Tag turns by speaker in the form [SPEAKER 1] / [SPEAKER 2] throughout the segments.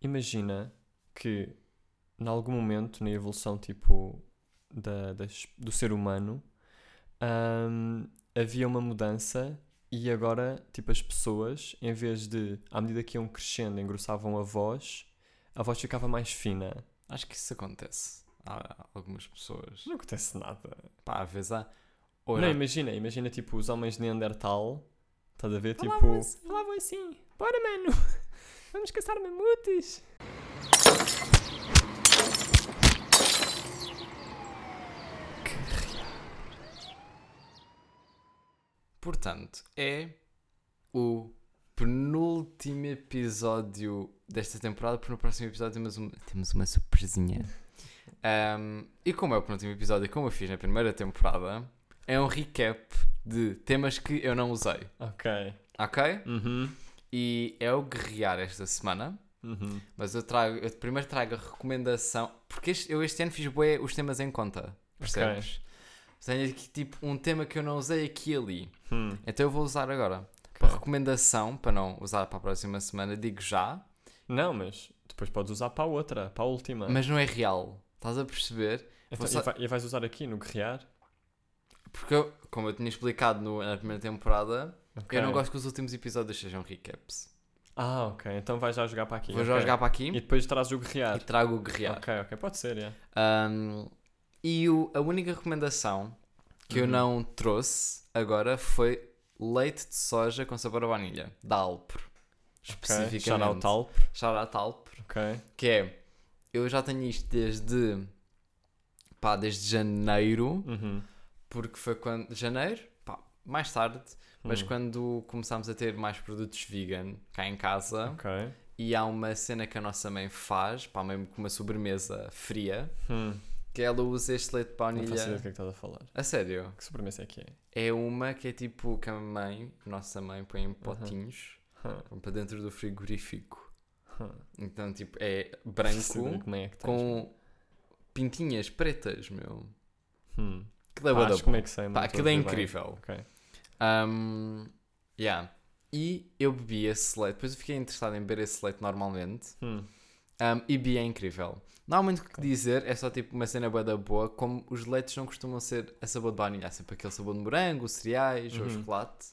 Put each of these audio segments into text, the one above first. [SPEAKER 1] imagina que em algum momento na evolução tipo da, das- do ser humano ahm, havia uma mudança e agora tipo as pessoas em vez de à medida que iam crescendo engrossavam a voz a voz ficava mais fina
[SPEAKER 2] Acho que isso acontece. Há algumas pessoas.
[SPEAKER 1] não acontece nada
[SPEAKER 2] Pá, às vezes há. Ou
[SPEAKER 1] não
[SPEAKER 2] era-
[SPEAKER 1] imagina imagina tipo os homens de Neandertal estás a ver
[SPEAKER 2] Falavam
[SPEAKER 1] tipo
[SPEAKER 2] assim.
[SPEAKER 1] falavam assim bora mano vamos caçar mamutes
[SPEAKER 2] Portanto, é o penúltimo episódio desta temporada, porque no próximo episódio temos uma, temos uma surpresinha. Ahm, e como é o penúltimo episódio, e como eu fiz na primeira temporada, é um recap de temas que eu não usei,
[SPEAKER 1] ok
[SPEAKER 2] ok?
[SPEAKER 1] uhum.
[SPEAKER 2] E é o guerrear esta semana,
[SPEAKER 1] Uhum.
[SPEAKER 2] mas eu, trago, eu primeiro trago a recomendação, porque este- eu este ano fiz bué os temas em conta, percebes? Tenho aqui tipo um tema que eu não usei aqui e ali.
[SPEAKER 1] Hum.
[SPEAKER 2] Então eu vou usar agora.
[SPEAKER 1] Ok.
[SPEAKER 2] Para recomendação, para não usar para a próxima semana, digo já,
[SPEAKER 1] Não, mas depois podes usar para a outra, para a última.
[SPEAKER 2] mas não é real. Estás a perceber?
[SPEAKER 1] Então,
[SPEAKER 2] vou só-
[SPEAKER 1] e, vai- e vais usar aqui no guerrear?
[SPEAKER 2] Porque, eu, como eu tinha explicado no- na primeira temporada,
[SPEAKER 1] Ok.
[SPEAKER 2] eu não gosto que os últimos episódios sejam recaps.
[SPEAKER 1] Ah, ok. Então vais já jogar para aqui.
[SPEAKER 2] Vou já
[SPEAKER 1] ok.
[SPEAKER 2] jogar para aqui
[SPEAKER 1] E depois trazes o
[SPEAKER 2] e
[SPEAKER 1] guerrear.
[SPEAKER 2] trago o guerrear.
[SPEAKER 1] Ok, ok. Pode ser, é.
[SPEAKER 2] Um, e o- a única recomendação que eu
[SPEAKER 1] Uhum.
[SPEAKER 2] não trouxe agora foi leite de soja com sabor a baunilha, da Alpro.
[SPEAKER 1] Ok.
[SPEAKER 2] Especificamente.
[SPEAKER 1] Shout out Alp.
[SPEAKER 2] Shout out Alpro.
[SPEAKER 1] Ok.
[SPEAKER 2] Que é, eu já tenho isto desde. pá, desde janeiro,
[SPEAKER 1] Uhum.
[SPEAKER 2] porque foi quando. janeiro? Pá, mais tarde,
[SPEAKER 1] Hum.
[SPEAKER 2] mas quando começámos a ter mais produtos vegan cá em casa,
[SPEAKER 1] Ok.
[SPEAKER 2] e há uma cena que a nossa mãe faz, pá, mesmo com uma sobremesa fria,
[SPEAKER 1] Hum.
[SPEAKER 2] que ela usa este leite de
[SPEAKER 1] Não faço ideia
[SPEAKER 2] baunilha.
[SPEAKER 1] do que é que estás a falar.
[SPEAKER 2] A sério,
[SPEAKER 1] Que sobremesa é que é?
[SPEAKER 2] é uma que é tipo que a mãe, a nossa mãe, põe em potinhos
[SPEAKER 1] Hum.
[SPEAKER 2] para dentro do frigorífico.
[SPEAKER 1] Hum.
[SPEAKER 2] Então, tipo, é
[SPEAKER 1] Sei bem
[SPEAKER 2] branco
[SPEAKER 1] Como é que tens.
[SPEAKER 2] com pintinhas pretas, meu.
[SPEAKER 1] Hum.
[SPEAKER 2] Aquilo é
[SPEAKER 1] Pá,
[SPEAKER 2] bué da
[SPEAKER 1] acho
[SPEAKER 2] bom.
[SPEAKER 1] como é que sei. não
[SPEAKER 2] Pá,
[SPEAKER 1] estou a
[SPEAKER 2] aquilo é
[SPEAKER 1] ver bem.
[SPEAKER 2] incrível.
[SPEAKER 1] Ok.
[SPEAKER 2] Um, yeah. E eu bebi esse leite, depois eu fiquei interessado em beber esse leite normalmente.
[SPEAKER 1] Hum.
[SPEAKER 2] Um, e bi é incrível. Não há muito o que dizer, é só tipo uma cena bué da boa, como os leites não costumam ser a sabor de baunilha, há sempre aquele sabor de morango, cereais ou
[SPEAKER 1] Uhum.
[SPEAKER 2] chocolate.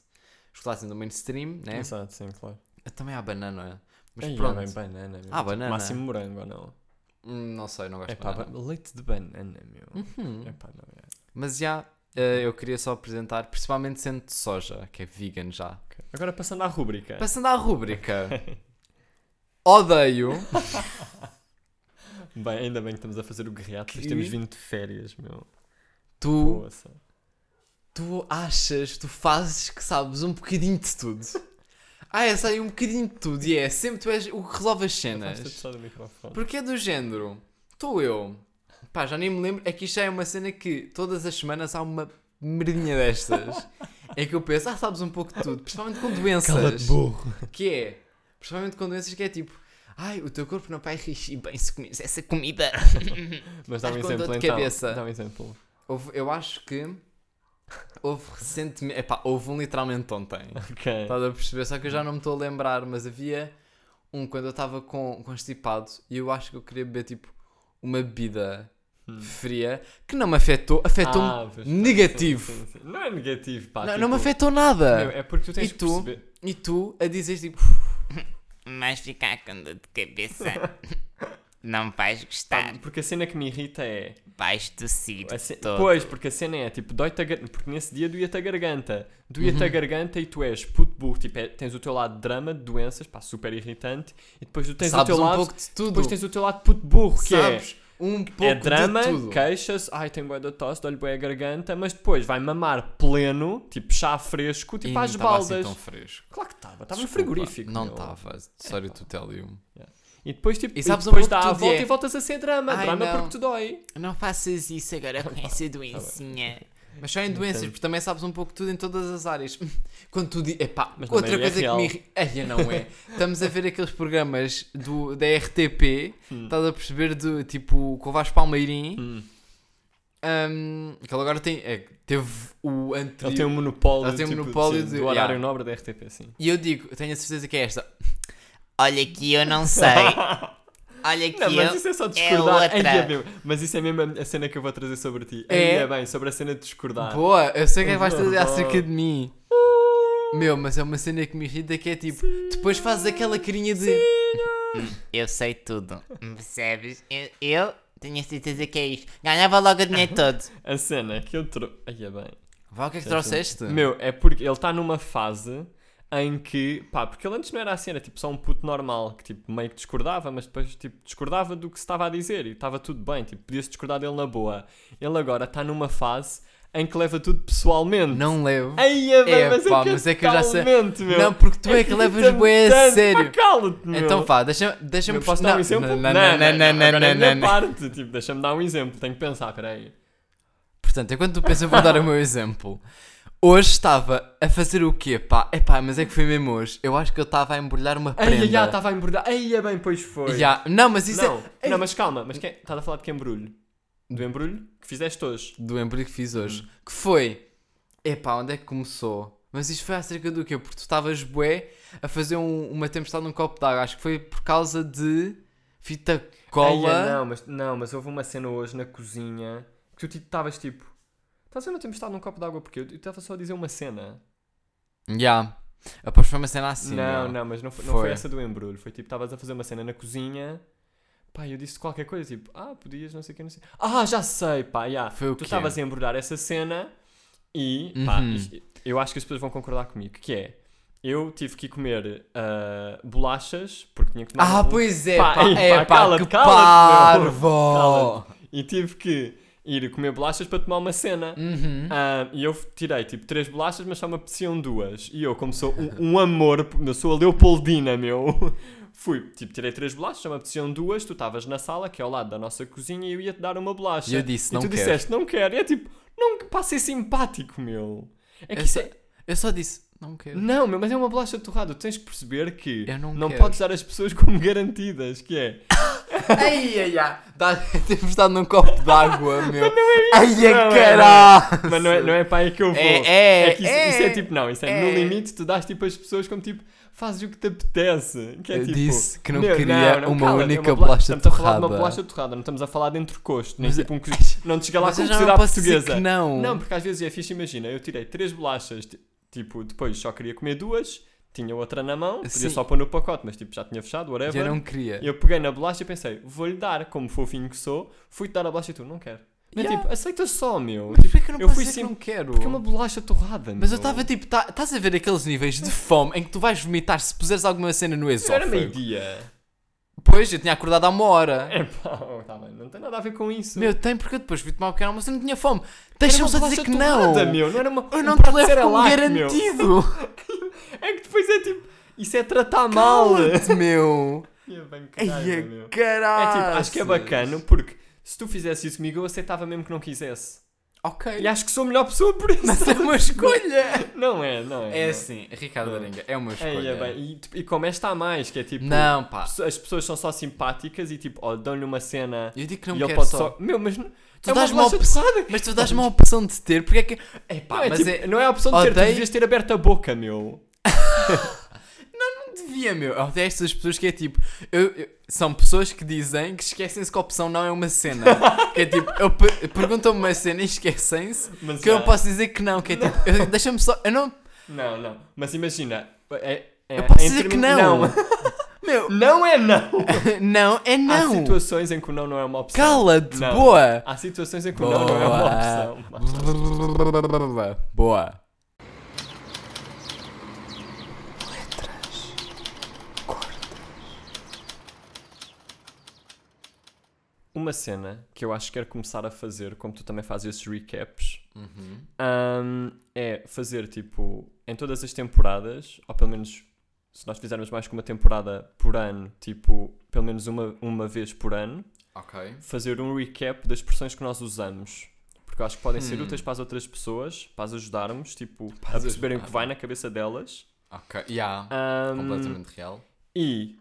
[SPEAKER 2] Chocolate sendo mainstream, né? Ah,
[SPEAKER 1] Exato, sim, claro.
[SPEAKER 2] Também há banana, mas
[SPEAKER 1] Ei, é
[SPEAKER 2] pronto.
[SPEAKER 1] bem banana, meu.
[SPEAKER 2] Ah, banana.
[SPEAKER 1] Máximo morango ou não?
[SPEAKER 2] Hum, Não sei, não gosto
[SPEAKER 1] É
[SPEAKER 2] de
[SPEAKER 1] pá,
[SPEAKER 2] banana.
[SPEAKER 1] leite de banana, meu.
[SPEAKER 2] Uhum.
[SPEAKER 1] É pá, não é.
[SPEAKER 2] Mas já, eh, eu queria só apresentar, principalmente sendo de soja, que é vegan já.
[SPEAKER 1] Ok. Agora passando à rúbrica.
[SPEAKER 2] Passando à rúbrica. Odeio.
[SPEAKER 1] Bem, ainda bem que estamos a fazer o guerreado, depois
[SPEAKER 2] Que-
[SPEAKER 1] temos vindo de férias, meu.
[SPEAKER 2] Tu,
[SPEAKER 1] Poça.
[SPEAKER 2] tu achas, tu fazes que sabes um bocadinho de tudo. Ah, é, sai um bocadinho de tudo e é sempre tu és o que resolve as
[SPEAKER 1] Afasta-te
[SPEAKER 2] cenas.
[SPEAKER 1] só do microfone.
[SPEAKER 2] Porque é do género. Estou eu. Pá, já nem me lembro. É que isto já é uma cena que todas as semanas há uma merdinha destas. É que eu penso, ah, sabes um pouco de tudo. Principalmente com
[SPEAKER 1] Cala-te,
[SPEAKER 2] doenças.
[SPEAKER 1] burro.
[SPEAKER 2] Que é, principalmente com doenças que é tipo, ai, o teu corpo não vai reagir bem se comes essa comida.
[SPEAKER 1] Mas dá
[SPEAKER 2] Estás
[SPEAKER 1] um
[SPEAKER 2] com dor
[SPEAKER 1] exemplo
[SPEAKER 2] de
[SPEAKER 1] então.
[SPEAKER 2] cabeça.
[SPEAKER 1] Dá um exemplo.
[SPEAKER 2] Houve- eu acho que houve recentemente, epá, houve um literalmente ontem.
[SPEAKER 1] Ok.
[SPEAKER 2] Estás a perceber? Só que eu já não me estou a lembrar, mas havia um quando eu estava com, constipado e eu acho que eu queria beber tipo uma bebida
[SPEAKER 1] Hum.
[SPEAKER 2] fria que não me afetou, afetou-me.
[SPEAKER 1] Ah, pois,
[SPEAKER 2] negativo.
[SPEAKER 1] sim, sim, sim. Não é negativo, pá.
[SPEAKER 2] não,
[SPEAKER 1] tipo,
[SPEAKER 2] não me afetou nada.
[SPEAKER 1] meu, É porque tu tens
[SPEAKER 2] E
[SPEAKER 1] que
[SPEAKER 2] tu?
[SPEAKER 1] perceber.
[SPEAKER 2] E tu a dizes tipo,
[SPEAKER 3] mas ficar com dor de cabeça não vais
[SPEAKER 1] Pá,
[SPEAKER 3] gostar.
[SPEAKER 1] porque a cena que me irrita é.
[SPEAKER 3] Vais tossir.
[SPEAKER 1] a ce-
[SPEAKER 3] todo.
[SPEAKER 1] Pois, porque a cena é tipo, dói-te a garganta. Porque nesse dia doía-te a garganta. Doía-te
[SPEAKER 2] Uhum.
[SPEAKER 1] a garganta e tu és puto burro. Tipo, é- tens o teu lado de drama, de doenças, pá, super irritante. E depois tu tens o
[SPEAKER 2] sabes
[SPEAKER 1] teu
[SPEAKER 2] um
[SPEAKER 1] lado.
[SPEAKER 2] pouco de tudo.
[SPEAKER 1] Depois tens o teu lado puto burro, que é.
[SPEAKER 2] sabes um pouco
[SPEAKER 1] é drama,
[SPEAKER 2] de tudo.
[SPEAKER 1] queixa-se, ai tenho bué da tosse, dou-lhe bué a garganta, mas depois vai mamar pleno, tipo chá fresco, tipo
[SPEAKER 2] E
[SPEAKER 1] às
[SPEAKER 2] não tava assim
[SPEAKER 1] baldas.
[SPEAKER 2] tão fresco.
[SPEAKER 1] Claro que estava, estava no
[SPEAKER 2] Desculpa,
[SPEAKER 1] frigorífico.
[SPEAKER 2] Não
[SPEAKER 1] meu.
[SPEAKER 2] estava. Sorry, tutelium.
[SPEAKER 1] E depois tipo,
[SPEAKER 2] E
[SPEAKER 1] e
[SPEAKER 2] sabes um
[SPEAKER 1] depois
[SPEAKER 2] pouco
[SPEAKER 1] dá a
[SPEAKER 2] tudo
[SPEAKER 1] volta
[SPEAKER 2] é-
[SPEAKER 1] e voltas a ser drama,
[SPEAKER 2] Ai,
[SPEAKER 1] drama
[SPEAKER 2] não.
[SPEAKER 1] porque te dói.
[SPEAKER 3] Não faças isso agora
[SPEAKER 1] Tá
[SPEAKER 3] com essa doencinha.
[SPEAKER 2] Mas só em doenças,
[SPEAKER 1] Entendo.
[SPEAKER 2] porque também sabes um pouco de tudo em todas as áreas. Quando tu dizes. Epá,
[SPEAKER 1] Mas também
[SPEAKER 2] outra
[SPEAKER 1] é
[SPEAKER 2] coisa que
[SPEAKER 1] real.
[SPEAKER 2] me irri- Ai, não é. Estamos a ver aqueles programas do, da RTP, estás a perceber do tipo com o Vasco Palmeirim.
[SPEAKER 1] Hum.
[SPEAKER 2] hum, que ele agora tem. é, teve o anterior.
[SPEAKER 1] Ele tem um monopólio,
[SPEAKER 2] Ele tem um
[SPEAKER 1] tipo,
[SPEAKER 2] monopólio
[SPEAKER 1] sim,
[SPEAKER 2] de-
[SPEAKER 1] do horário
[SPEAKER 2] yeah.
[SPEAKER 1] nobre da RTP, sim.
[SPEAKER 2] E eu digo, tenho a certeza que é esta.
[SPEAKER 3] Olha que eu não sei. Olha que
[SPEAKER 1] Não, mas
[SPEAKER 3] eu.
[SPEAKER 1] isso é só discordar. Ai,
[SPEAKER 3] outra.
[SPEAKER 1] é mesmo. Mas isso é mesmo a a cena que eu vou trazer sobre ti. Ai,
[SPEAKER 2] É?
[SPEAKER 1] É, bem, sobre a cena de discordar.
[SPEAKER 2] Boa, eu sei o que é que vais trazer acerca de mim. Meu, mas é uma cena que me irrita que é tipo, depois fazes aquela carinha de.
[SPEAKER 3] Eu sei tudo. Percebes? Eu, eu tenho a certeza que é isto. Ganhava logo o dinheiro todo.
[SPEAKER 1] A cena que eu trouxe. Ai, é bem.
[SPEAKER 2] Vá, o que é que trouxeste?
[SPEAKER 1] Meu, é porque ele está numa fase em que, pá, porque ele antes não era assim, era tipo só um puto normal, que tipo meio que discordava, mas depois tipo discordava do que se estava a dizer e estava tudo bem, tipo, podia-se discordar dele na boa. Ele agora está numa fase em que leva tudo pessoalmente.
[SPEAKER 2] Não levo.
[SPEAKER 1] Ai, é, bem,
[SPEAKER 2] É,
[SPEAKER 1] mas,
[SPEAKER 2] pá,
[SPEAKER 1] é que
[SPEAKER 2] mas é que eu já sei-
[SPEAKER 1] totalmente, Meu.
[SPEAKER 2] Não, porque tu é que levas bué a
[SPEAKER 1] Irritante,
[SPEAKER 2] sério.
[SPEAKER 1] pá, Cala-te, meu.
[SPEAKER 2] Então vá, deixa- deixa-me.
[SPEAKER 1] Eu posso dar um
[SPEAKER 2] não,
[SPEAKER 1] exemplo?
[SPEAKER 2] Não, não, não, não, não, não,
[SPEAKER 1] agora é a
[SPEAKER 2] não,
[SPEAKER 1] minha
[SPEAKER 2] não, não.
[SPEAKER 1] parte, tipo, deixa-me dar um exemplo, tenho que pensar, peraí.
[SPEAKER 2] Portanto, enquanto tu pensas, eu vou dar o meu exemplo. Hoje estava a fazer o quê, pá? Epá, mas é que foi mesmo hoje. Eu acho que eu estava a embrulhar uma prenda.
[SPEAKER 1] Ai, ai, ai, estava a embrulhar. Ai, é bem, pois foi.
[SPEAKER 2] Ya, Não, mas isso
[SPEAKER 1] Não,
[SPEAKER 2] é...
[SPEAKER 1] não, mas calma, mas quem... estás a falar de que embrulho? Do embrulho que fizeste hoje?
[SPEAKER 2] Do embrulho que fiz hoje. Que foi... Epá, onde é que começou? Mas isto foi acerca do quê? Porque tu estavas bué a fazer um- uma tempestade num copo d'água. Acho que foi por causa de fita cola.
[SPEAKER 1] Ai, é, não, mas, não, mas houve uma cena hoje na cozinha que tu tipo, estavas tipo. Estás a ver uma tempestade num copo de água porque eu eu estava só a dizer uma cena.
[SPEAKER 2] Ya. Aposto que foi uma cena assim,
[SPEAKER 1] não,
[SPEAKER 2] meu.
[SPEAKER 1] não, mas não foi, não foi
[SPEAKER 2] Foi.
[SPEAKER 1] essa do embrulho. Foi tipo, estavas a fazer uma cena na cozinha. Pá, eu disse qualquer coisa, tipo, ah, podias, não sei o que, não sei. Ah, já sei, pá, já.
[SPEAKER 2] Foi o
[SPEAKER 1] Tu
[SPEAKER 2] quê?
[SPEAKER 1] estavas a embrulhar essa cena e, pá,
[SPEAKER 2] Uhum.
[SPEAKER 1] isto- eu acho que as pessoas vão concordar comigo, que é, eu tive que ir comer ah, bolachas, porque tinha que tomar um
[SPEAKER 2] Ah,
[SPEAKER 1] uma-
[SPEAKER 2] pois é,
[SPEAKER 1] Pá,
[SPEAKER 2] pá.
[SPEAKER 1] ei, pá,
[SPEAKER 2] é, pá,
[SPEAKER 1] cala-te,
[SPEAKER 2] que
[SPEAKER 1] cala-te, meu.
[SPEAKER 2] parvo.
[SPEAKER 1] Cala-te. E tive que ir comer bolachas para tomar uma cena.
[SPEAKER 2] Uhum.
[SPEAKER 1] Ah, e eu tirei tipo três bolachas, mas só me apeteciam duas. E eu, como sou um, um amor, eu sou a Leopoldina, meu. Fui, tipo, tirei três bolachas, só me apeteciam duas. Tu estavas na sala, que é ao lado da nossa cozinha, e eu ia-te dar uma bolacha.
[SPEAKER 2] E eu disse,
[SPEAKER 1] E
[SPEAKER 2] "Não
[SPEAKER 1] tu
[SPEAKER 2] quero."
[SPEAKER 1] disseste, não quero. E é tipo, não, para ser simpático, meu. É que isso é-
[SPEAKER 2] Eu só disse, não quero.
[SPEAKER 1] Não, meu, mas é uma bolacha torrada. Tu tens que perceber que
[SPEAKER 2] Eu não quero.
[SPEAKER 1] podes dar as pessoas como garantidas, que é.
[SPEAKER 2] ai, ai, ai. Dá, temos dado num copo d'água, meu. Ai, é
[SPEAKER 1] Não, é,
[SPEAKER 2] caralho.
[SPEAKER 1] Mas não é, não é para aí que eu vou.
[SPEAKER 2] É, é,
[SPEAKER 1] que isso
[SPEAKER 2] é.
[SPEAKER 1] isso é tipo, não, isso é,
[SPEAKER 2] É.
[SPEAKER 1] no limite, tu dás tipo as pessoas como tipo, fazes o que te apetece. Que é,
[SPEAKER 2] Eu
[SPEAKER 1] tipo,
[SPEAKER 2] disse que não
[SPEAKER 1] meu,
[SPEAKER 2] queria
[SPEAKER 1] não, não,
[SPEAKER 2] uma
[SPEAKER 1] cala-te, é
[SPEAKER 2] única
[SPEAKER 1] bola-
[SPEAKER 2] bolacha
[SPEAKER 1] Estamos a falar de uma
[SPEAKER 2] torrada.
[SPEAKER 1] bolacha torrada, não estamos a falar de entrecosto, nem
[SPEAKER 2] Mas- é-
[SPEAKER 1] tipo um co- Não te chega lá
[SPEAKER 2] Mas
[SPEAKER 1] com
[SPEAKER 2] eu já
[SPEAKER 1] cozida
[SPEAKER 2] não
[SPEAKER 1] à
[SPEAKER 2] posso dizer
[SPEAKER 1] portuguesa.
[SPEAKER 2] que não.
[SPEAKER 1] Não, porque às vezes é fixe, imagina, eu tirei três bolachas, ti- tipo, depois só queria comer duas, tinha outra na mão, podia
[SPEAKER 2] Sim.
[SPEAKER 1] só pôr no pacote, mas tipo, já tinha fechado, whatever.
[SPEAKER 2] eu não queria.
[SPEAKER 1] Eu peguei na bolacha e é pensei, vou-lhe dar, como fofinho que sou, fui-te dar a bolacha e tu, não quero. Não,
[SPEAKER 2] Yeah.
[SPEAKER 1] tipo, aceita só, meu.
[SPEAKER 2] Mas porquê que eu não
[SPEAKER 1] eu
[SPEAKER 2] posso
[SPEAKER 1] fui
[SPEAKER 2] dizer que
[SPEAKER 1] sim-
[SPEAKER 2] não quero?
[SPEAKER 1] Porque é uma bolacha torrada,
[SPEAKER 2] Mas eu
[SPEAKER 1] meu.
[SPEAKER 2] estava tipo, tá- estás a ver aqueles níveis de fome em que tu vais vomitar se puseres alguma cena no
[SPEAKER 1] Não Era
[SPEAKER 2] esófago?
[SPEAKER 1] meio-dia.
[SPEAKER 2] Pois, eu tinha acordado há uma hora.
[SPEAKER 1] É pá, oh, tá bem, não tem nada a ver com isso.
[SPEAKER 2] Meu, tem porque eu depois fui tomar um pequeno almoço e não tinha fome.
[SPEAKER 1] Era
[SPEAKER 2] Deixa-me
[SPEAKER 1] uma
[SPEAKER 2] só dizer
[SPEAKER 1] bolacha
[SPEAKER 2] que
[SPEAKER 1] torrada,
[SPEAKER 2] não.
[SPEAKER 1] Meu. Não era uma,
[SPEAKER 2] Eu
[SPEAKER 1] um
[SPEAKER 2] não te
[SPEAKER 1] prato de
[SPEAKER 2] levo como
[SPEAKER 1] Cerelac, meu.
[SPEAKER 2] garantido.
[SPEAKER 1] É que depois é tipo, isso é tratar mal.
[SPEAKER 2] Cala-te, meu.
[SPEAKER 1] Ia bem
[SPEAKER 2] Ai,
[SPEAKER 1] caralho, meu.
[SPEAKER 2] é
[SPEAKER 1] É
[SPEAKER 2] caralho.
[SPEAKER 1] tipo, acho que é bacana porque se tu fizesse isso comigo eu aceitava mesmo que não quisesse.
[SPEAKER 2] Ok.
[SPEAKER 1] E acho que sou a melhor pessoa por isso.
[SPEAKER 2] Mas é uma escolha.
[SPEAKER 1] Não é, não é.
[SPEAKER 2] É
[SPEAKER 1] não.
[SPEAKER 2] assim, Ricardo Arenga, é uma
[SPEAKER 1] Ai,
[SPEAKER 2] escolha.
[SPEAKER 1] é bem. E, tipo, e como esta há mais, que é tipo.
[SPEAKER 2] Não, pá.
[SPEAKER 1] pessoa- As pessoas são só simpáticas e tipo, ó, dão-lhe uma cena
[SPEAKER 2] Eu digo que não
[SPEAKER 1] e ele
[SPEAKER 2] quero
[SPEAKER 1] pode
[SPEAKER 2] só.
[SPEAKER 1] só. Meu, mas. n-
[SPEAKER 2] Tu
[SPEAKER 1] é uma
[SPEAKER 2] dás-me a
[SPEAKER 1] bolacha
[SPEAKER 2] opção.
[SPEAKER 1] torrada.
[SPEAKER 2] Mas tu dás-me a opção de ter, porque é que. Epá,
[SPEAKER 1] não, é,
[SPEAKER 2] mas
[SPEAKER 1] tipo,
[SPEAKER 2] é.
[SPEAKER 1] não é a opção de ter, tu
[SPEAKER 2] odeio-
[SPEAKER 1] devias ter aberto a boca, meu.
[SPEAKER 2] Não devia, meu. Eu odeio estas pessoas que é tipo. eu- eu- São pessoas que dizem que esquecem-se que a opção não é uma cena. que é tipo, eu pe- perguntam-me uma cena e esquecem-se.
[SPEAKER 1] Mas,
[SPEAKER 2] Que eu
[SPEAKER 1] ah,
[SPEAKER 2] posso dizer que não, que é tipo, eu- deixa-me só. Eu não.
[SPEAKER 1] Não, não. Mas imagina. É, é,
[SPEAKER 2] Eu posso
[SPEAKER 1] em
[SPEAKER 2] dizer que
[SPEAKER 1] termi-
[SPEAKER 2] não.
[SPEAKER 1] Não,
[SPEAKER 2] Meu,
[SPEAKER 1] Não é não.
[SPEAKER 2] não é
[SPEAKER 1] Há
[SPEAKER 2] não.
[SPEAKER 1] situações em que o não não é uma opção.
[SPEAKER 2] Cala-te,
[SPEAKER 1] Não.
[SPEAKER 2] boa.
[SPEAKER 1] Há situações em que o não não é uma opção. pá.
[SPEAKER 2] Boa. Boa.
[SPEAKER 1] Uma cena que eu acho que quero começar a fazer, como tu também fazes esses recaps, Uhum. Ahm, é fazer tipo em todas as temporadas, ou pelo menos se nós fizermos mais que uma temporada por ano, tipo pelo menos uma, uma vez por ano,
[SPEAKER 2] Ok.
[SPEAKER 1] fazer um recap das expressões que nós usamos. Porque eu acho que podem ser
[SPEAKER 2] Hum.
[SPEAKER 1] úteis para as outras pessoas, para as ajudarmos, tipo,
[SPEAKER 2] Para
[SPEAKER 1] a
[SPEAKER 2] as
[SPEAKER 1] perceberem o que
[SPEAKER 2] ajudar.
[SPEAKER 1] vai na cabeça delas.
[SPEAKER 2] Ok. Yeah.
[SPEAKER 1] Ahm,
[SPEAKER 2] real.
[SPEAKER 1] e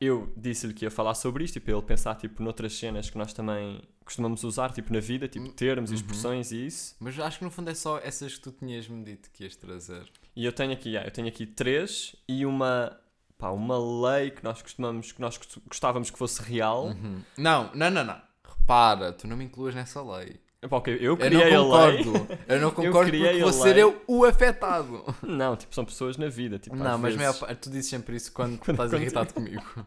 [SPEAKER 1] eu disse-lhe que ia falar sobre isto e para ele pensar tipo, noutras cenas que nós também costumamos usar, tipo na vida, tipo termos e
[SPEAKER 2] Uhum.
[SPEAKER 1] expressões e isso.
[SPEAKER 2] Mas acho que no fundo é só essas que tu tinhas-me dito que ias trazer.
[SPEAKER 1] E eu tenho aqui, ah, eu tenho aqui três e uma pá, uma lei que nós costumamos, que nós gost- gostávamos que fosse real.
[SPEAKER 2] Uhum. Não, não, não, não. Repara, tu não me incluas nessa lei.
[SPEAKER 1] Pá, ok, eu
[SPEAKER 2] Uhum. Eu
[SPEAKER 1] criei
[SPEAKER 2] não
[SPEAKER 1] a lei.
[SPEAKER 2] concordo. Eu não concordo
[SPEAKER 1] criei
[SPEAKER 2] porque
[SPEAKER 1] a
[SPEAKER 2] vou ser
[SPEAKER 1] lei.
[SPEAKER 2] eu o afetado.
[SPEAKER 1] Não, tipo, são pessoas na vida. Tipo,
[SPEAKER 2] não,
[SPEAKER 1] às
[SPEAKER 2] mas
[SPEAKER 1] vezes-
[SPEAKER 2] maior parte- tu dizes sempre isso quando
[SPEAKER 1] Quando-
[SPEAKER 2] estás
[SPEAKER 1] quando-
[SPEAKER 2] irritado comigo.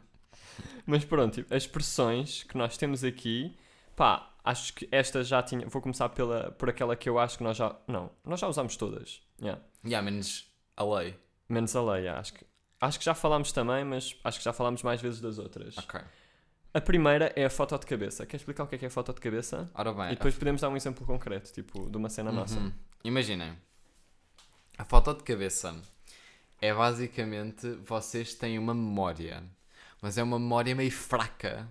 [SPEAKER 1] Mas pronto, tipo, as expressões que nós temos aqui, pá, acho que esta já tinha. Vou começar pela, por aquela que eu acho que nós já. Não, nós já usámos todas. Yeah.
[SPEAKER 2] yeah, menos a lei.
[SPEAKER 1] Menos a lei, acho que. Acho que já falámos também, mas acho que já falámos mais vezes das outras.
[SPEAKER 2] Ok.
[SPEAKER 1] A primeira é a foto de cabeça. Quer explicar o que é que é foto de cabeça?
[SPEAKER 2] Ora bem.
[SPEAKER 1] E depois podemos dar um exemplo concreto, tipo, de uma cena nossa.
[SPEAKER 2] É. Uhum. Imaginem. A foto de cabeça é basicamente vocês têm uma memória, mas é uma memória meio fraca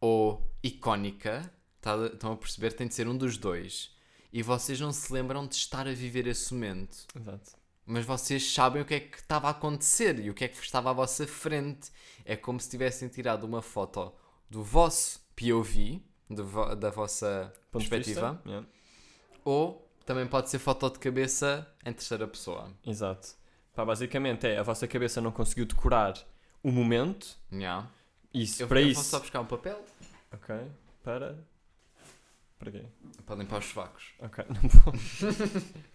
[SPEAKER 2] ou icónica. tá- Estão a perceber? Tem de ser um dos dois. E vocês não se lembram de estar a viver esse momento,
[SPEAKER 1] Exato.
[SPEAKER 2] mas vocês sabem o que é que estava a acontecer e o que é que estava à vossa frente. É como se tivessem tirado uma foto do vosso POV, do vo- da vossa
[SPEAKER 1] Ponto de
[SPEAKER 2] perspectiva.
[SPEAKER 1] vista? Yeah.
[SPEAKER 2] Ou também pode ser foto de cabeça em terceira pessoa.
[SPEAKER 1] Exato. Pá, basicamente é a vossa cabeça não conseguiu decorar o momento.
[SPEAKER 2] Yeah.
[SPEAKER 1] Isso,
[SPEAKER 2] Eu,
[SPEAKER 1] para
[SPEAKER 2] eu
[SPEAKER 1] isso.
[SPEAKER 2] vou só buscar um papel
[SPEAKER 1] Ok, para. Para quê?
[SPEAKER 2] para limpar os sovacos.
[SPEAKER 1] Ok, não vou.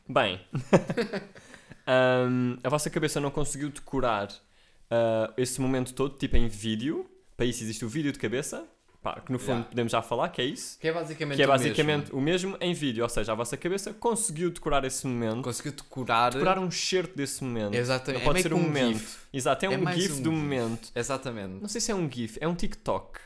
[SPEAKER 1] Bem, Ahm, a vossa cabeça não conseguiu decorar ah, esse momento todo, tipo em vídeo. Para isso existe o vídeo de cabeça, pá, que no fundo
[SPEAKER 2] Yeah.
[SPEAKER 1] podemos já falar, que é isso.
[SPEAKER 2] Que é basicamente
[SPEAKER 1] Que é
[SPEAKER 2] o mesmo.
[SPEAKER 1] basicamente o mesmo. em vídeo, ou seja, a vossa cabeça conseguiu decorar esse momento,
[SPEAKER 2] Conseguiu decorar.
[SPEAKER 1] decorar um certo desse momento.
[SPEAKER 2] Exatamente.
[SPEAKER 1] Não pode
[SPEAKER 2] é meio
[SPEAKER 1] ser
[SPEAKER 2] que
[SPEAKER 1] um
[SPEAKER 2] um
[SPEAKER 1] momento.
[SPEAKER 2] GIF.
[SPEAKER 1] Exato, é,
[SPEAKER 2] É
[SPEAKER 1] um
[SPEAKER 2] mais
[SPEAKER 1] GIF
[SPEAKER 2] um
[SPEAKER 1] do
[SPEAKER 2] gif.
[SPEAKER 1] momento.
[SPEAKER 2] Exatamente.
[SPEAKER 1] Não sei se é um GIF, é um TikTok.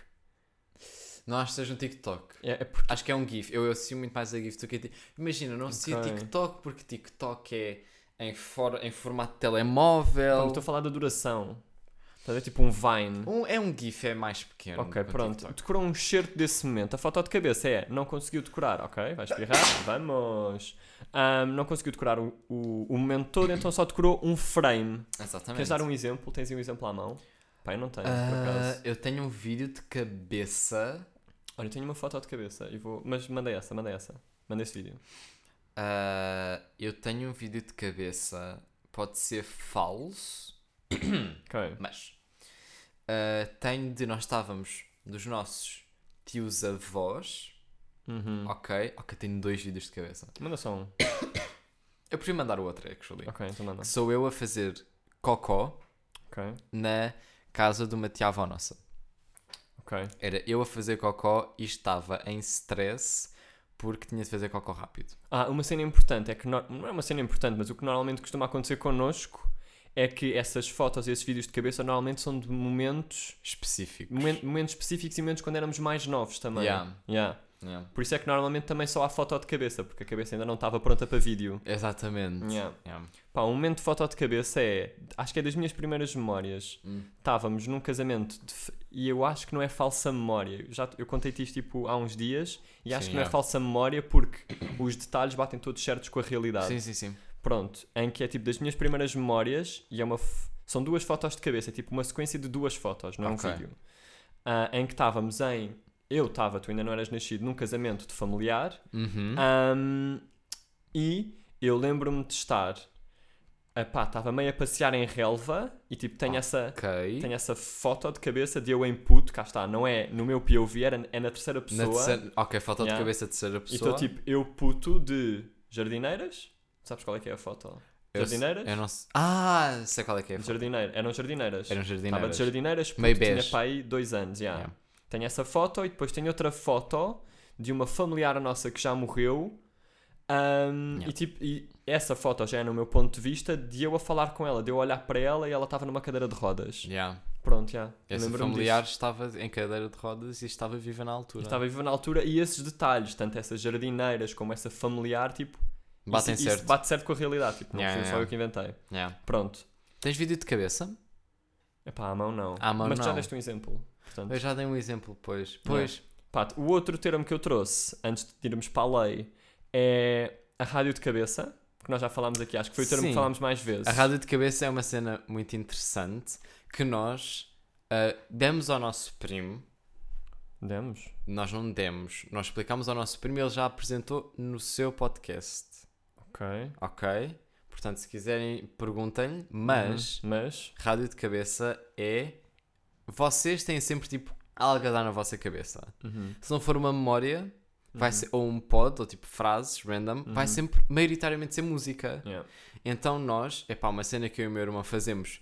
[SPEAKER 2] Não acho que seja um TikTok.
[SPEAKER 1] É, é porque.
[SPEAKER 2] Acho que é um GIF. Eu associo muito mais a GIF do que a ti- Imagina, eu não associo
[SPEAKER 1] Ok.
[SPEAKER 2] TikTok porque TikTok é em, for... em formato de telemóvel.
[SPEAKER 1] Não, Estou a falar da duração. Estás a ver? Tipo um Vine.
[SPEAKER 2] Então- Um- É um GIF, é mais pequeno.
[SPEAKER 1] Ok,
[SPEAKER 2] que o
[SPEAKER 1] pronto.
[SPEAKER 2] TikTok.
[SPEAKER 1] Decorou um certo desse momento. A foto de cabeça é, não conseguiu decorar, ok? Vai espirrar? Vamos! Ahm, não conseguiu decorar o, o, o momento todo, então só decorou um frame.
[SPEAKER 2] Exatamente.
[SPEAKER 1] Queres dar um exemplo? Tens aí um exemplo à mão? Pai, não tenho, por
[SPEAKER 2] Ah,
[SPEAKER 1] acaso.
[SPEAKER 2] eu tenho um vídeo de cabeça.
[SPEAKER 1] Olha, eu tenho uma foto de cabeça e vou. Mas mandei essa, mandei essa. Mandei esse vídeo.
[SPEAKER 2] Ah, eu tenho um vídeo de cabeça. Pode ser falso,
[SPEAKER 1] Ok.
[SPEAKER 2] mas ah, tenho de nós estávamos dos nossos tios avós.
[SPEAKER 1] Uhum.
[SPEAKER 2] Ok, ok, tenho dois vídeos de cabeça.
[SPEAKER 1] Manda só um.
[SPEAKER 2] Eu podia mandar o outro, actually.
[SPEAKER 1] Ok, então manda.
[SPEAKER 2] Que Sou eu a fazer cocó
[SPEAKER 1] Ok,
[SPEAKER 2] na casa de uma tia avó nossa.
[SPEAKER 1] ok.
[SPEAKER 2] Era eu a fazer cocó e estava em stress porque tinha de fazer cocó rápido.
[SPEAKER 1] Ah, uma cena importante é que no- não é uma cena importante, mas o que normalmente costuma acontecer connosco é que essas fotos e esses vídeos de cabeça normalmente são de momentos,
[SPEAKER 2] Específico.
[SPEAKER 1] momen- momentos específicos e momentos quando éramos mais novos também.
[SPEAKER 2] Yeah.
[SPEAKER 1] Yeah.
[SPEAKER 2] Yeah.
[SPEAKER 1] Por isso é que normalmente também só há foto de cabeça, porque a cabeça ainda não estava pronta para vídeo.
[SPEAKER 2] Exatamente.
[SPEAKER 1] Yeah.
[SPEAKER 2] Yeah.
[SPEAKER 1] Pá, um momento de foto de cabeça é. Acho que é das minhas primeiras memórias.
[SPEAKER 2] Hum.
[SPEAKER 1] Estávamos num casamento de f- e eu acho que não é falsa memória. Eu, já, eu contei-te isto tipo, há uns dias e acho
[SPEAKER 2] Sim,
[SPEAKER 1] que não é
[SPEAKER 2] é.
[SPEAKER 1] falsa memória porque os detalhes batem todos certos com a realidade.
[SPEAKER 2] Sim, sim, sim.
[SPEAKER 1] Pronto, em que é tipo das minhas primeiras memórias e é uma. f- São duas fotos de cabeça, é tipo uma sequência de duas fotos, não é
[SPEAKER 2] Ok.
[SPEAKER 1] um vídeo. Ah, em que estávamos em. Eu estava, tu ainda não eras nascido, num casamento de familiar
[SPEAKER 2] Uhum.
[SPEAKER 1] Ah, Ahm, e eu lembro-me de estar. Epá, estava meio a passear em relva e tipo tenho essa.
[SPEAKER 2] Ah. Ok.
[SPEAKER 1] Tenho essa foto de cabeça de eu em puto, cá está, não é no meu POV, era, é na terceira
[SPEAKER 2] Na
[SPEAKER 1] pessoa.
[SPEAKER 2] terceira- Ok, falta
[SPEAKER 1] Yeah.
[SPEAKER 2] de cabeça de terceira
[SPEAKER 1] E
[SPEAKER 2] pessoa.
[SPEAKER 1] estou tipo, eu puto de jardineiras. Sabes qual é que é a foto?
[SPEAKER 2] Eu-
[SPEAKER 1] jardineiras?
[SPEAKER 2] Eu não sei. Ah, sei qual é que é.
[SPEAKER 1] Jardineira. Eram jardineiras.
[SPEAKER 2] Era um
[SPEAKER 1] Estava
[SPEAKER 2] jardineiro.
[SPEAKER 1] de jardineiras, puto,
[SPEAKER 2] Meio
[SPEAKER 1] tinha
[SPEAKER 2] bege.
[SPEAKER 1] pai dois anos, já.
[SPEAKER 2] Yeah.
[SPEAKER 1] Tenho essa foto e depois tenho outra foto de uma familiar nossa que já morreu. ahm,
[SPEAKER 2] Yeah.
[SPEAKER 1] E tipo, e essa foto já é no meu ponto de vista de eu a falar com ela, de eu olhar para ela e ela estava numa cadeira de rodas.
[SPEAKER 2] Yeah.
[SPEAKER 1] Pronto, já.
[SPEAKER 2] Esse
[SPEAKER 1] Lembro-me
[SPEAKER 2] familiar
[SPEAKER 1] disso.
[SPEAKER 2] estava em cadeira de rodas e estava viva na altura.
[SPEAKER 1] Estava viva na altura e esses detalhes, tanto essas jardineiras como essa familiar, tipo,
[SPEAKER 2] Batem
[SPEAKER 1] isso, isso
[SPEAKER 2] certo.
[SPEAKER 1] bate certo com a realidade. Tipo, não
[SPEAKER 2] Yeah,
[SPEAKER 1] fui
[SPEAKER 2] yeah,
[SPEAKER 1] só
[SPEAKER 2] yeah.
[SPEAKER 1] eu que inventei.
[SPEAKER 2] Yeah.
[SPEAKER 1] Pronto.
[SPEAKER 2] Tens vídeo de cabeça?
[SPEAKER 1] Epá, à mão não.
[SPEAKER 2] À mão
[SPEAKER 1] Mas tu já
[SPEAKER 2] não.
[SPEAKER 1] deste um exemplo. Portanto,
[SPEAKER 2] Eu já dei um exemplo, pois. Pois.
[SPEAKER 1] Pá, o outro termo que eu trouxe, antes de irmos para a lei, é a rádio de cabeça, que nós já falámos aqui, acho que foi o termo
[SPEAKER 2] Sim.
[SPEAKER 1] que falámos mais vezes.
[SPEAKER 2] A rádio de cabeça é uma cena muito interessante que nós ah, demos ao nosso primo.
[SPEAKER 1] Demos?
[SPEAKER 2] Nós não demos. Nós explicámos ao nosso primo e ele já apresentou no seu podcast.
[SPEAKER 1] Ok.
[SPEAKER 2] Ok? Portanto, se quiserem, perguntem-lhe. Mas,
[SPEAKER 1] Uhum. Mas.
[SPEAKER 2] rádio de cabeça é. Vocês têm sempre tipo algo a dar na vossa cabeça.
[SPEAKER 1] Uhum.
[SPEAKER 2] Se não for uma memória, vai ser, ou um pod, ou tipo frases random, vai
[SPEAKER 1] Uhum.
[SPEAKER 2] sempre, maioritariamente, ser música.
[SPEAKER 1] Yeah.
[SPEAKER 2] Então nós, é pá, uma cena que eu e o meu irmão fazemos,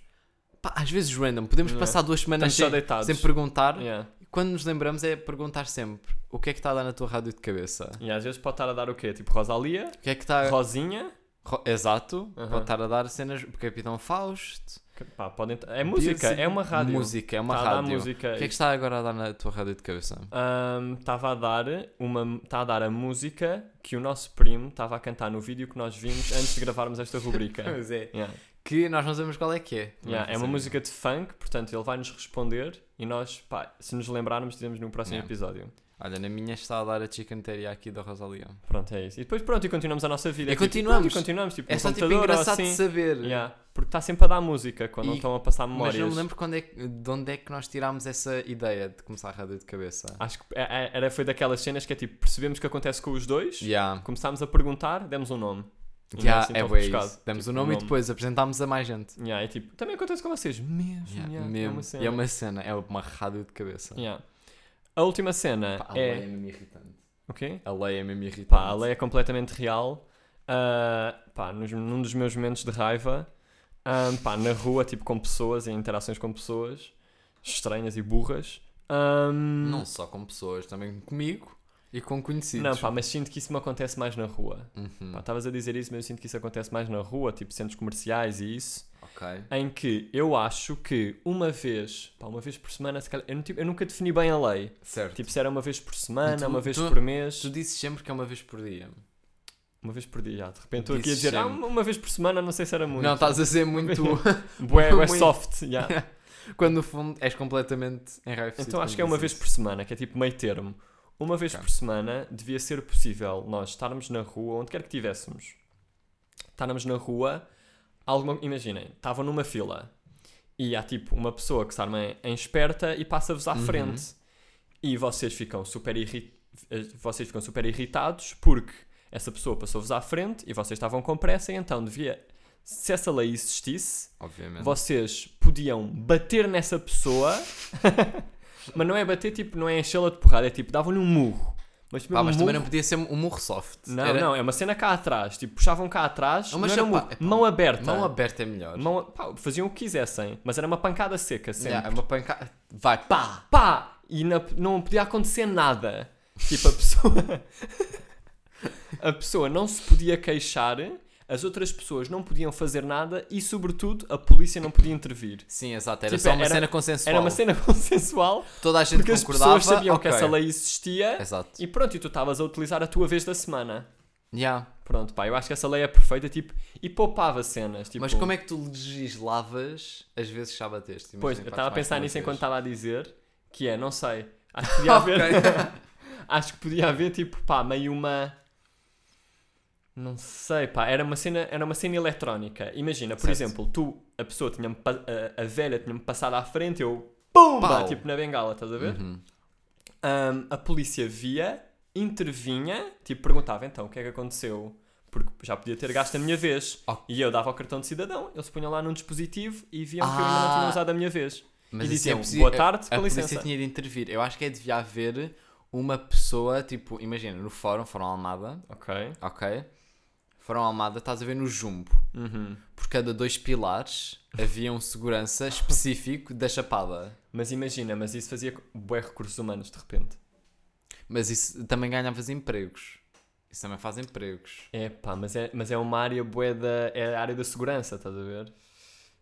[SPEAKER 2] pá, às vezes random, podemos
[SPEAKER 1] Yeah.
[SPEAKER 2] passar duas semanas
[SPEAKER 1] Estamos só
[SPEAKER 2] sem,
[SPEAKER 1] deitados.
[SPEAKER 2] sem perguntar.
[SPEAKER 1] Yeah.
[SPEAKER 2] Quando nos lembramos é perguntar sempre o que é que está a dar na tua rádio de cabeça?
[SPEAKER 1] E às vezes pode estar a dar o quê? Tipo Rosalia,
[SPEAKER 2] O que é que está.
[SPEAKER 1] Rosinha.
[SPEAKER 2] Ro- Exato,
[SPEAKER 1] Aham.
[SPEAKER 2] pode estar a dar cenas. Capitão Fausto.
[SPEAKER 1] que- pá, podem t- É música,
[SPEAKER 2] Beyoncé.
[SPEAKER 1] é uma rádio.
[SPEAKER 2] Música, é uma
[SPEAKER 1] Tá a dar
[SPEAKER 2] rádio.
[SPEAKER 1] música.
[SPEAKER 2] O que é que está agora a dar na tua rádio de cabeça?
[SPEAKER 1] Estava a dar uma. Está a dar a música que o nosso primo estava a cantar no vídeo que nós vimos antes de gravarmos esta rubrica.
[SPEAKER 2] Pois é.
[SPEAKER 1] Yeah.
[SPEAKER 2] Que nós não sabemos qual é que é. Também
[SPEAKER 1] Yeah,
[SPEAKER 2] não
[SPEAKER 1] é uma
[SPEAKER 2] sabemos.
[SPEAKER 1] música de funk, portanto ele vai nos responder e nós, pá, se nos lembrarmos, dizemos no próximo
[SPEAKER 2] Yeah.
[SPEAKER 1] episódio.
[SPEAKER 2] Olha, na minha está a dar a Chicken Teriyaki da Rosalia.
[SPEAKER 1] Pronto, é isso. E depois pronto, e continuamos a nossa vida.
[SPEAKER 2] E
[SPEAKER 1] É tipo,
[SPEAKER 2] continuamos.
[SPEAKER 1] pronto, e continuamos, tipo,
[SPEAKER 2] É
[SPEAKER 1] no
[SPEAKER 2] só tipo
[SPEAKER 1] computador ou
[SPEAKER 2] engraçado
[SPEAKER 1] assim.
[SPEAKER 2] de saber.
[SPEAKER 1] Yeah, Porque está sempre a dar música quando não
[SPEAKER 2] E-
[SPEAKER 1] estão a passar
[SPEAKER 2] Mas
[SPEAKER 1] memórias.
[SPEAKER 2] não me lembro quando é que- de onde é que nós tirámos essa ideia de começar a rádio de cabeça.
[SPEAKER 1] Acho que é- é- era, foi daquelas cenas que é tipo, percebemos o que acontece com os dois,
[SPEAKER 2] Yeah.
[SPEAKER 1] começámos a perguntar, demos um nome. E não
[SPEAKER 2] Yeah,
[SPEAKER 1] assim
[SPEAKER 2] é
[SPEAKER 1] tão
[SPEAKER 2] bué
[SPEAKER 1] rebuscado.
[SPEAKER 2] isso. Demos
[SPEAKER 1] Tipo,
[SPEAKER 2] o nome e depois apresentámos a mais gente.
[SPEAKER 1] Yeah, é tipo, também acontece com vocês. Mesmo,
[SPEAKER 2] Yeah,
[SPEAKER 1] yeah,
[SPEAKER 2] mesmo.
[SPEAKER 1] É uma cena.
[SPEAKER 2] E é uma cena, é uma rádio de cabeça.
[SPEAKER 1] Yeah. A última cena
[SPEAKER 2] Pá,
[SPEAKER 1] é.
[SPEAKER 2] mesmo irritante.
[SPEAKER 1] O quê?
[SPEAKER 2] A lei é mesmo irritante.
[SPEAKER 1] Pá, a lei é completamente real. Ah, pá, nos- num dos meus momentos de raiva, ah, pá, na rua, tipo, com pessoas, em interações com pessoas estranhas e burras. ah,
[SPEAKER 2] Não só com pessoas, também comigo e com conhecidos.
[SPEAKER 1] não, pá, mas sinto que isso me acontece mais na rua.
[SPEAKER 2] Uhum.
[SPEAKER 1] Pá, Estavas a dizer isso, mas eu sinto que isso acontece mais na rua, tipo centros comerciais e isso.
[SPEAKER 2] Ok.
[SPEAKER 1] em que eu acho que uma vez, pá, uma vez por semana, se calhar, eu, não tive- eu nunca defini bem a lei.
[SPEAKER 2] Certo.
[SPEAKER 1] Tipo, se era uma vez por semana,
[SPEAKER 2] Tu-
[SPEAKER 1] uma vez
[SPEAKER 2] Então, tu-
[SPEAKER 1] por mês,
[SPEAKER 2] tu dizes sempre que é uma vez por dia.
[SPEAKER 1] uma vez por dia. já. De repente estou aqui a
[SPEAKER 2] Disse
[SPEAKER 1] dizer, ah,
[SPEAKER 2] sempre.
[SPEAKER 1] uma vez por semana, não sei se era muito.
[SPEAKER 2] Não, estás a ser muito.
[SPEAKER 1] Bué, bué
[SPEAKER 2] muito.
[SPEAKER 1] soft. já.
[SPEAKER 2] quando no fundo és completamente enraivecido.
[SPEAKER 1] Então acho
[SPEAKER 2] quando
[SPEAKER 1] que é uma
[SPEAKER 2] dizes
[SPEAKER 1] vez por semana, que é tipo meio termo. Uma vez
[SPEAKER 2] Ok.
[SPEAKER 1] por semana devia ser possível nós estarmos na rua, onde quer que estivéssemos. Estarmos na rua, alguma, imaginem, estavam numa fila e há tipo uma pessoa que se arma em- em esperta e passa-vos à
[SPEAKER 2] Uhum.
[SPEAKER 1] frente. E vocês ficam super irri- eh, vocês ficam super irritados porque essa pessoa passou-vos à frente e vocês estavam com pressa, e então devia se essa lei
[SPEAKER 2] isso.
[SPEAKER 1] existisse,
[SPEAKER 2] Obviamente.
[SPEAKER 1] vocês podiam bater nessa pessoa, mas não é bater, tipo, não é enchê-la de porrada, é tipo, davam-lhe um murro. Mas,
[SPEAKER 2] Pá,
[SPEAKER 1] mesmo
[SPEAKER 2] Ah, mas também
[SPEAKER 1] murro-
[SPEAKER 2] não podia ser um murro soft.
[SPEAKER 1] não,
[SPEAKER 2] Era-
[SPEAKER 1] não, é uma cena cá atrás, tipo, puxavam cá atrás,
[SPEAKER 2] Não,
[SPEAKER 1] não
[SPEAKER 2] mas
[SPEAKER 1] era
[SPEAKER 2] é
[SPEAKER 1] um
[SPEAKER 2] pá,
[SPEAKER 1] murro,
[SPEAKER 2] é pá,
[SPEAKER 1] mão aberta.
[SPEAKER 2] Mão aberta é melhor.
[SPEAKER 1] Mão a- pá, faziam o que quisessem, mas era uma pancada seca, sempre.
[SPEAKER 2] Yeah, é uma pancada. Vai, pá!
[SPEAKER 1] Pá! E na- não podia acontecer nada. Tipo, a pessoa. a pessoa não se podia queixar, as outras pessoas não podiam fazer nada e, sobretudo, a polícia não podia intervir.
[SPEAKER 2] Sim, exato. Era
[SPEAKER 1] Tipo,
[SPEAKER 2] só uma
[SPEAKER 1] era-
[SPEAKER 2] cena consensual.
[SPEAKER 1] Era uma cena consensual
[SPEAKER 2] Toda a gente
[SPEAKER 1] porque as
[SPEAKER 2] concordava.
[SPEAKER 1] pessoas sabiam
[SPEAKER 2] ok. É
[SPEAKER 1] que essa lei existia
[SPEAKER 2] Exato.
[SPEAKER 1] e pronto, e tu estavas a utilizar a tua vez da semana.
[SPEAKER 2] Yeah.
[SPEAKER 1] Pronto, pá, eu acho que essa lei é perfeita tipo, e poupava cenas. Tipo,
[SPEAKER 2] Mas como é que tu legislavas as vezes que já bateste?
[SPEAKER 1] Pois, eu
[SPEAKER 2] Imagina,
[SPEAKER 1] estava a
[SPEAKER 2] bates mais
[SPEAKER 1] pensar
[SPEAKER 2] que uma
[SPEAKER 1] nisso
[SPEAKER 2] vez.
[SPEAKER 1] enquanto estava a dizer que é, não sei, acho que podia haver, acho que podia haver tipo, pá, meio uma. Não sei, pá, era uma cena, era uma cena eletrónica. Imagina, por
[SPEAKER 2] Certo.
[SPEAKER 1] exemplo, tu, a pessoa tinha-me, pa- a, a velha tinha-me passado à frente, eu, pumba,
[SPEAKER 2] Pau.
[SPEAKER 1] tipo na bengala, estás a ver?
[SPEAKER 2] Uhum.
[SPEAKER 1] Ahm, a polícia via, intervinha, tipo, perguntava então o que é que aconteceu, porque já podia ter gasto a minha vez.
[SPEAKER 2] Oh.
[SPEAKER 1] E eu dava o cartão de cidadão, eles punham lá num dispositivo e viam que eu
[SPEAKER 2] Ah.
[SPEAKER 1] ainda não tinha usado a minha vez.
[SPEAKER 2] Mas
[SPEAKER 1] e
[SPEAKER 2] isso
[SPEAKER 1] diziam,
[SPEAKER 2] é possi-
[SPEAKER 1] boa tarde,
[SPEAKER 2] a
[SPEAKER 1] com
[SPEAKER 2] polícia
[SPEAKER 1] licença.
[SPEAKER 2] tinha de intervir. Eu acho que é devia haver uma pessoa, tipo, imagina, no fórum, Fórum Almada,
[SPEAKER 1] Ok.
[SPEAKER 2] ok? Fórum Almada, estás a ver no Jumbo.
[SPEAKER 1] Uhum.
[SPEAKER 2] Por cada dois pilares havia um segurança específico da chapada.
[SPEAKER 1] Mas imagina, mas isso fazia co- bué recursos humanos de repente.
[SPEAKER 2] Mas isso também ganhavas empregos. Isso também faz empregos.
[SPEAKER 1] É pá, mas é, mas é uma área bué da... é a área da segurança, estás a ver? De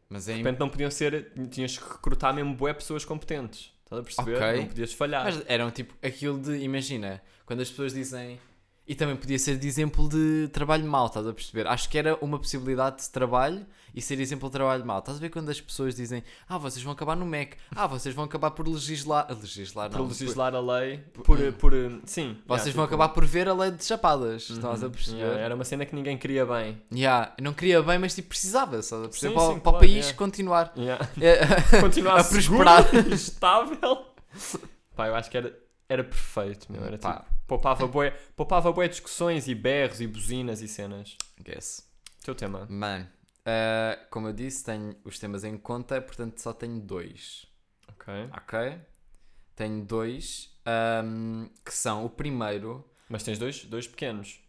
[SPEAKER 2] Mas é em-
[SPEAKER 1] repente não podiam ser... tinhas que recrutar mesmo bué pessoas competentes. Estás a perceber?
[SPEAKER 2] Ok.
[SPEAKER 1] Não podias falhar.
[SPEAKER 2] Mas eram tipo aquilo de, imagina, quando as pessoas dizem. E também podia ser de exemplo de trabalho mau, estás a perceber? Acho que era uma possibilidade de trabalho e ser exemplo de trabalho mau. Estás a ver quando as pessoas dizem, ah, vocês vão acabar no MEC, ah, vocês vão acabar por legislar. Legislar, Ah, não.
[SPEAKER 1] por legislar a lei, por...
[SPEAKER 2] Hum.
[SPEAKER 1] por, hum, sim.
[SPEAKER 2] Vocês vão
[SPEAKER 1] yeah, tipo-
[SPEAKER 2] acabar por ver a lei de chapadas, estás a
[SPEAKER 1] Uhum.
[SPEAKER 2] perceber?
[SPEAKER 1] Yeah, era uma cena que ninguém queria bem.
[SPEAKER 2] Yeah, Não queria bem, mas tipo, precisava, estás a perceber?
[SPEAKER 1] Sim,
[SPEAKER 2] para o-
[SPEAKER 1] sim,
[SPEAKER 2] para o
[SPEAKER 1] claro,
[SPEAKER 2] país
[SPEAKER 1] yeah.
[SPEAKER 2] continuar.
[SPEAKER 1] Yeah.
[SPEAKER 2] É-
[SPEAKER 1] Continuar
[SPEAKER 2] A prosperar.
[SPEAKER 1] seguro e estável. Pá, eu acho que era, era perfeito, meu. Era
[SPEAKER 2] Pá.
[SPEAKER 1] tipo, poupava bué, poupava bué discussões e berros e buzinas e cenas.
[SPEAKER 2] Guess.
[SPEAKER 1] Tu Teu tema.
[SPEAKER 2] Mano, ah, como eu disse, tenho os temas em conta, portanto só tenho dois.
[SPEAKER 1] Ok.
[SPEAKER 2] Ok? Tenho dois, ahm, que são o primeiro.
[SPEAKER 1] Mas tens dois, dois pequenos.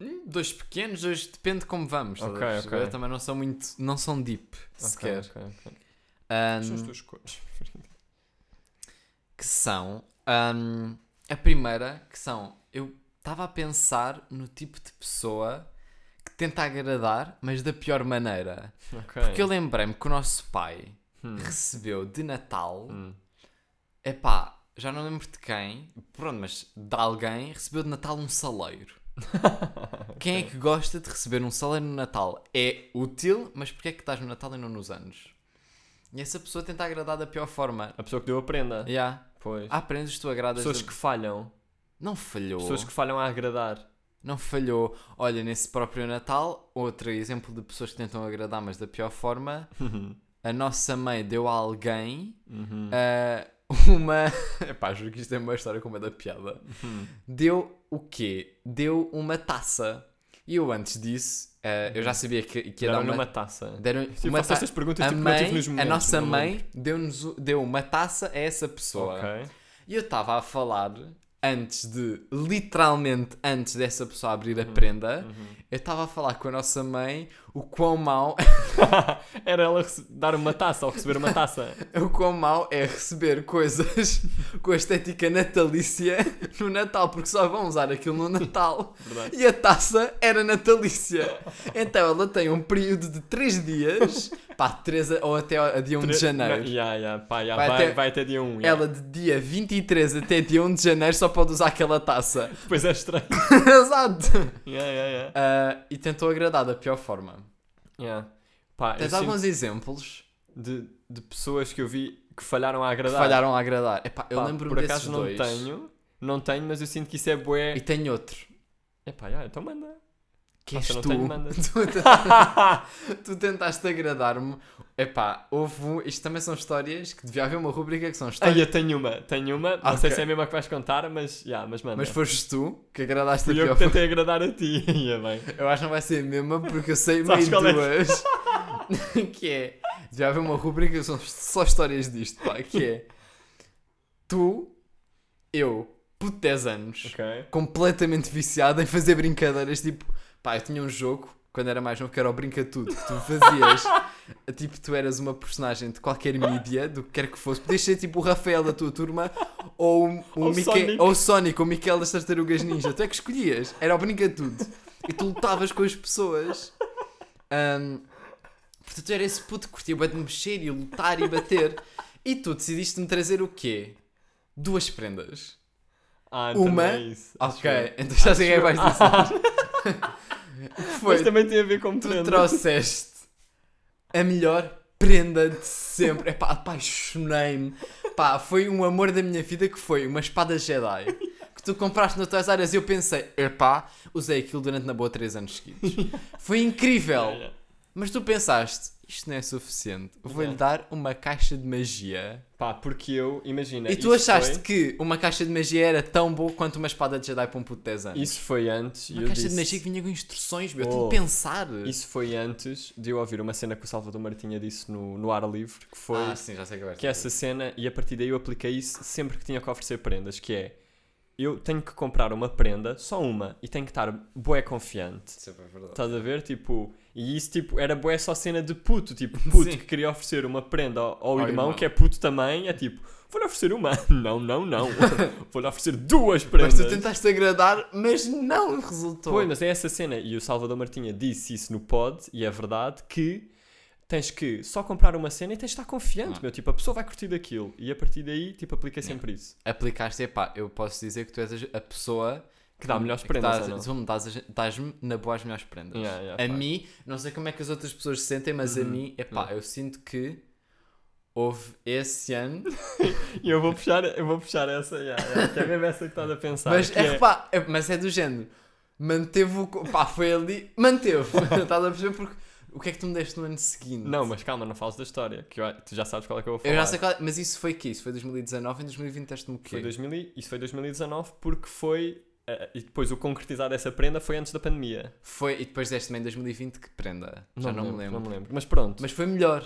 [SPEAKER 2] hum, Dois pequenos, dois depende como vamos. estás a
[SPEAKER 1] Ok,
[SPEAKER 2] perceber?
[SPEAKER 1] ok.
[SPEAKER 2] Também não são muito. não são deep, sequer.
[SPEAKER 1] Ok, ok, ok.
[SPEAKER 2] Ahm,
[SPEAKER 1] São as tuas cores.
[SPEAKER 2] que são. ahm, a primeira, que são. Eu estava a pensar no tipo de pessoa que tenta agradar, mas da pior maneira.
[SPEAKER 1] Ok.
[SPEAKER 2] Porque eu lembrei-me que o nosso pai
[SPEAKER 1] É. Hum.
[SPEAKER 2] recebeu de Natal.
[SPEAKER 1] Hum.
[SPEAKER 2] Epá, já não lembro de quem, pronto, mas de alguém recebeu de Natal um saleiro. Quem é que gosta de receber um saleiro no Natal? É útil, mas porquê é que estás no Natal e não nos anos? E essa pessoa tenta agradar da pior forma.
[SPEAKER 1] A pessoa que deu a prenda.
[SPEAKER 2] Yeah. Ah,
[SPEAKER 1] Pois.
[SPEAKER 2] Aprendes, tu agradas.
[SPEAKER 1] pessoas
[SPEAKER 2] da-
[SPEAKER 1] que falham.
[SPEAKER 2] Não falhou.
[SPEAKER 1] Pessoas que falham a agradar.
[SPEAKER 2] Não falhou. Olha, nesse próprio Natal, outro exemplo de pessoas que tentam agradar, mas da pior forma, a nossa mãe deu a alguém
[SPEAKER 1] Uhum.
[SPEAKER 2] ah, uma. Epá, juro que isto é uma história com uma da piada. Deu o quê? Deu uma taça. E eu antes disso, ah, eu já sabia que, que ia dar
[SPEAKER 1] Deram-lhe
[SPEAKER 2] uma.
[SPEAKER 1] uma taça.
[SPEAKER 2] Deram
[SPEAKER 1] Tipo,
[SPEAKER 2] uma
[SPEAKER 1] faço
[SPEAKER 2] taça.
[SPEAKER 1] estas perguntas
[SPEAKER 2] A,
[SPEAKER 1] tipo,
[SPEAKER 2] mãe,
[SPEAKER 1] nos
[SPEAKER 2] a
[SPEAKER 1] momentos,
[SPEAKER 2] nossa
[SPEAKER 1] não me lembro.
[SPEAKER 2] mãe deu-nos, o- deu uma taça a essa pessoa.
[SPEAKER 1] Ok.
[SPEAKER 2] E eu estava a falar, antes de, literalmente antes dessa pessoa abrir a prenda, eu estava a falar com a nossa mãe o quão mau,
[SPEAKER 1] Era ela rece- dar uma taça ou receber uma taça.
[SPEAKER 2] o quão mau é receber coisas com a estética natalícia no Natal, porque só vão usar aquilo no Natal.
[SPEAKER 1] Verdade.
[SPEAKER 2] E a taça era natalícia. Então ela tem um período de 3 dias, pá, 3 ou até a dia 1 de
[SPEAKER 1] Tre-
[SPEAKER 2] janeiro.
[SPEAKER 1] Não, yeah, yeah, pá, yeah,
[SPEAKER 2] Vai
[SPEAKER 1] vai, vai,
[SPEAKER 2] até-
[SPEAKER 1] até... dia 1.
[SPEAKER 2] Ela de dia 23 até dia 1 de janeiro só pode usar aquela taça.
[SPEAKER 1] Depois é estranho.
[SPEAKER 2] Exato!
[SPEAKER 1] yeah, yeah, yeah.
[SPEAKER 2] Ah, e tentou agradar da pior forma.
[SPEAKER 1] Yeah. Pá, eu
[SPEAKER 2] Tens
[SPEAKER 1] sinto
[SPEAKER 2] alguns exemplos
[SPEAKER 1] de, de pessoas que eu vi que falharam a
[SPEAKER 2] que
[SPEAKER 1] agradar.
[SPEAKER 2] falharam a agradar. Epá, eu
[SPEAKER 1] Pá,
[SPEAKER 2] lembro-me
[SPEAKER 1] Por
[SPEAKER 2] desses
[SPEAKER 1] acaso não
[SPEAKER 2] dois.
[SPEAKER 1] tenho. Não tenho, mas eu sinto que isso é bué.
[SPEAKER 2] E tenho outro.
[SPEAKER 1] Epá, yeah, então manda.
[SPEAKER 2] Que
[SPEAKER 1] Ah,
[SPEAKER 2] és
[SPEAKER 1] se eu
[SPEAKER 2] tu.
[SPEAKER 1] não tenho, manda.
[SPEAKER 2] tu, te- tu tentaste agradar-me. Epá, houve um... Isto também são histórias que devia haver uma rubrica que são
[SPEAKER 1] Ah,
[SPEAKER 2] histórias.
[SPEAKER 1] eu tenho uma, tenho uma. Não
[SPEAKER 2] Ok.
[SPEAKER 1] sei se é a mesma que vais contar, mas, yeah, mas manda.
[SPEAKER 2] mas foste tu que agradaste
[SPEAKER 1] Fui
[SPEAKER 2] da
[SPEAKER 1] eu
[SPEAKER 2] pior
[SPEAKER 1] que tentei agradar a ti. Ia bem.
[SPEAKER 2] Eu acho que não vai ser a mesma porque eu sei meio
[SPEAKER 1] Sabes qual é?
[SPEAKER 2] duas. que é. Já haver uma rubrica que são só histórias disto, pá. Que é. Tu, eu, puto de 10 anos,
[SPEAKER 1] Ok.
[SPEAKER 2] completamente viciado em fazer brincadeiras. Tipo, pá, eu tinha um jogo quando era mais novo que era o Brinca Tudo, que tu fazias. tipo, tu eras uma personagem de qualquer mídia, do que quer que fosse. Podias ser tipo o Rafael da tua turma ou o, o
[SPEAKER 1] Ou
[SPEAKER 2] Mique-
[SPEAKER 1] Sonic.
[SPEAKER 2] ou o Sonic, ou o Miquel das Tartarugas Ninja. Tu é que escolhias, era o Brinca Tudo. E tu lutavas com as pessoas. Ahm, portanto, tu era esse puto que curtia bué de mexer e lutar e bater. E tu decidiste-me trazer o quê? Duas prendas.
[SPEAKER 1] Ah, então
[SPEAKER 2] Uma?
[SPEAKER 1] não é isso. Acho
[SPEAKER 2] Ok,
[SPEAKER 1] eu.
[SPEAKER 2] então já sei o que é que vais
[SPEAKER 1] Acho
[SPEAKER 2] dizer. é
[SPEAKER 1] Mas
[SPEAKER 2] Foi,
[SPEAKER 1] também tem a ver com
[SPEAKER 2] tu
[SPEAKER 1] prenda.
[SPEAKER 2] trouxeste a melhor prenda de sempre. Epá, apaixonei-me. Pá, foi um amor da minha vida que foi uma espada Jedi. Que tu compraste nas tuas áreas e eu pensei, epá, usei aquilo durante na boa 3 anos seguidos. Foi
[SPEAKER 1] Yeah,
[SPEAKER 2] incrível.
[SPEAKER 1] yeah.
[SPEAKER 2] Mas tu pensaste, isto não é suficiente. Vou-lhe
[SPEAKER 1] Yeah.
[SPEAKER 2] dar uma caixa de magia.
[SPEAKER 1] Pá, porque eu, imagina.
[SPEAKER 2] E tu
[SPEAKER 1] isso
[SPEAKER 2] achaste
[SPEAKER 1] foi-
[SPEAKER 2] que uma caixa de magia era tão boa quanto uma espada de Jedi para um puto de 10 anos?
[SPEAKER 1] Isso foi antes. e
[SPEAKER 2] Uma
[SPEAKER 1] eu
[SPEAKER 2] caixa de
[SPEAKER 1] disse-
[SPEAKER 2] magia que vinha com instruções, meu. Eu tenho
[SPEAKER 1] Oh.
[SPEAKER 2] de pensar.
[SPEAKER 1] Isso foi antes de eu ouvir uma cena que o Salvador Martinha disse no, no Ar Livre, que foi
[SPEAKER 2] Ah, sim, já sei que vai
[SPEAKER 1] que essa cena, e a partir daí eu apliquei isso sempre que tinha que oferecer prendas, que é, eu tenho que comprar uma prenda, só uma, e tenho que estar bué confiante.
[SPEAKER 2] Isso é verdade.
[SPEAKER 1] Estás a ver? Tipo, e isso tipo, era bué só cena de puto, tipo, puto
[SPEAKER 2] Sim.
[SPEAKER 1] que queria oferecer uma prenda ao, ao
[SPEAKER 2] Ao
[SPEAKER 1] irmão,
[SPEAKER 2] irmão.
[SPEAKER 1] que é puto também, é tipo, vou-lhe oferecer uma. Não, não, não. vou-lhe oferecer duas
[SPEAKER 2] Mas
[SPEAKER 1] prendas.
[SPEAKER 2] tu tentaste agradar, mas não resultou.
[SPEAKER 1] Foi, mas é essa cena. E o Salvador Martinha disse isso no pod, e é verdade, que tens que só comprar uma cena e tens de estar confiante,
[SPEAKER 2] Ah.
[SPEAKER 1] meu. Tipo, a pessoa vai curtir daquilo. E a partir daí, tipo, aplica sempre isso.
[SPEAKER 2] Aplicaste, epá, eu posso dizer que tu és a- a pessoa Hum,
[SPEAKER 1] Que dá melhores prendas,
[SPEAKER 2] dás-
[SPEAKER 1] ou não?
[SPEAKER 2] tu me dás, as- dás-me na boa as melhores prendas.
[SPEAKER 1] Yeah, yeah,
[SPEAKER 2] a
[SPEAKER 1] pá.
[SPEAKER 2] mim, não sei como é que as outras pessoas se sentem, mas a mim, epá, eu sinto que houve esse ano.
[SPEAKER 1] E eu vou puxar, eu vou puxar essa, yeah, yeah, que é mesmo essa que estás a pensar.
[SPEAKER 2] mas,
[SPEAKER 1] que
[SPEAKER 2] é, repá, é- mas é do género. Manteve o. co- Pá, foi ali. Manteve. Estás a perceber? Porque o que é que tu me deste no ano seguinte?
[SPEAKER 1] Não, mas calma, não fales da história, que eu- tu já sabes qual é que eu vou falar.
[SPEAKER 2] Eu já sei qual é, mas isso foi que é. Isso foi 2019 em 2020 teste-me o quê?
[SPEAKER 1] Foi 2000 e- isso foi 2019 porque foi eh, e depois o concretizar dessa prenda foi antes da pandemia.
[SPEAKER 2] Foi, e depois deste também 2020 que prenda. Já não, me lembro.
[SPEAKER 1] Não me lembro. Mas pronto.
[SPEAKER 2] Mas foi melhor.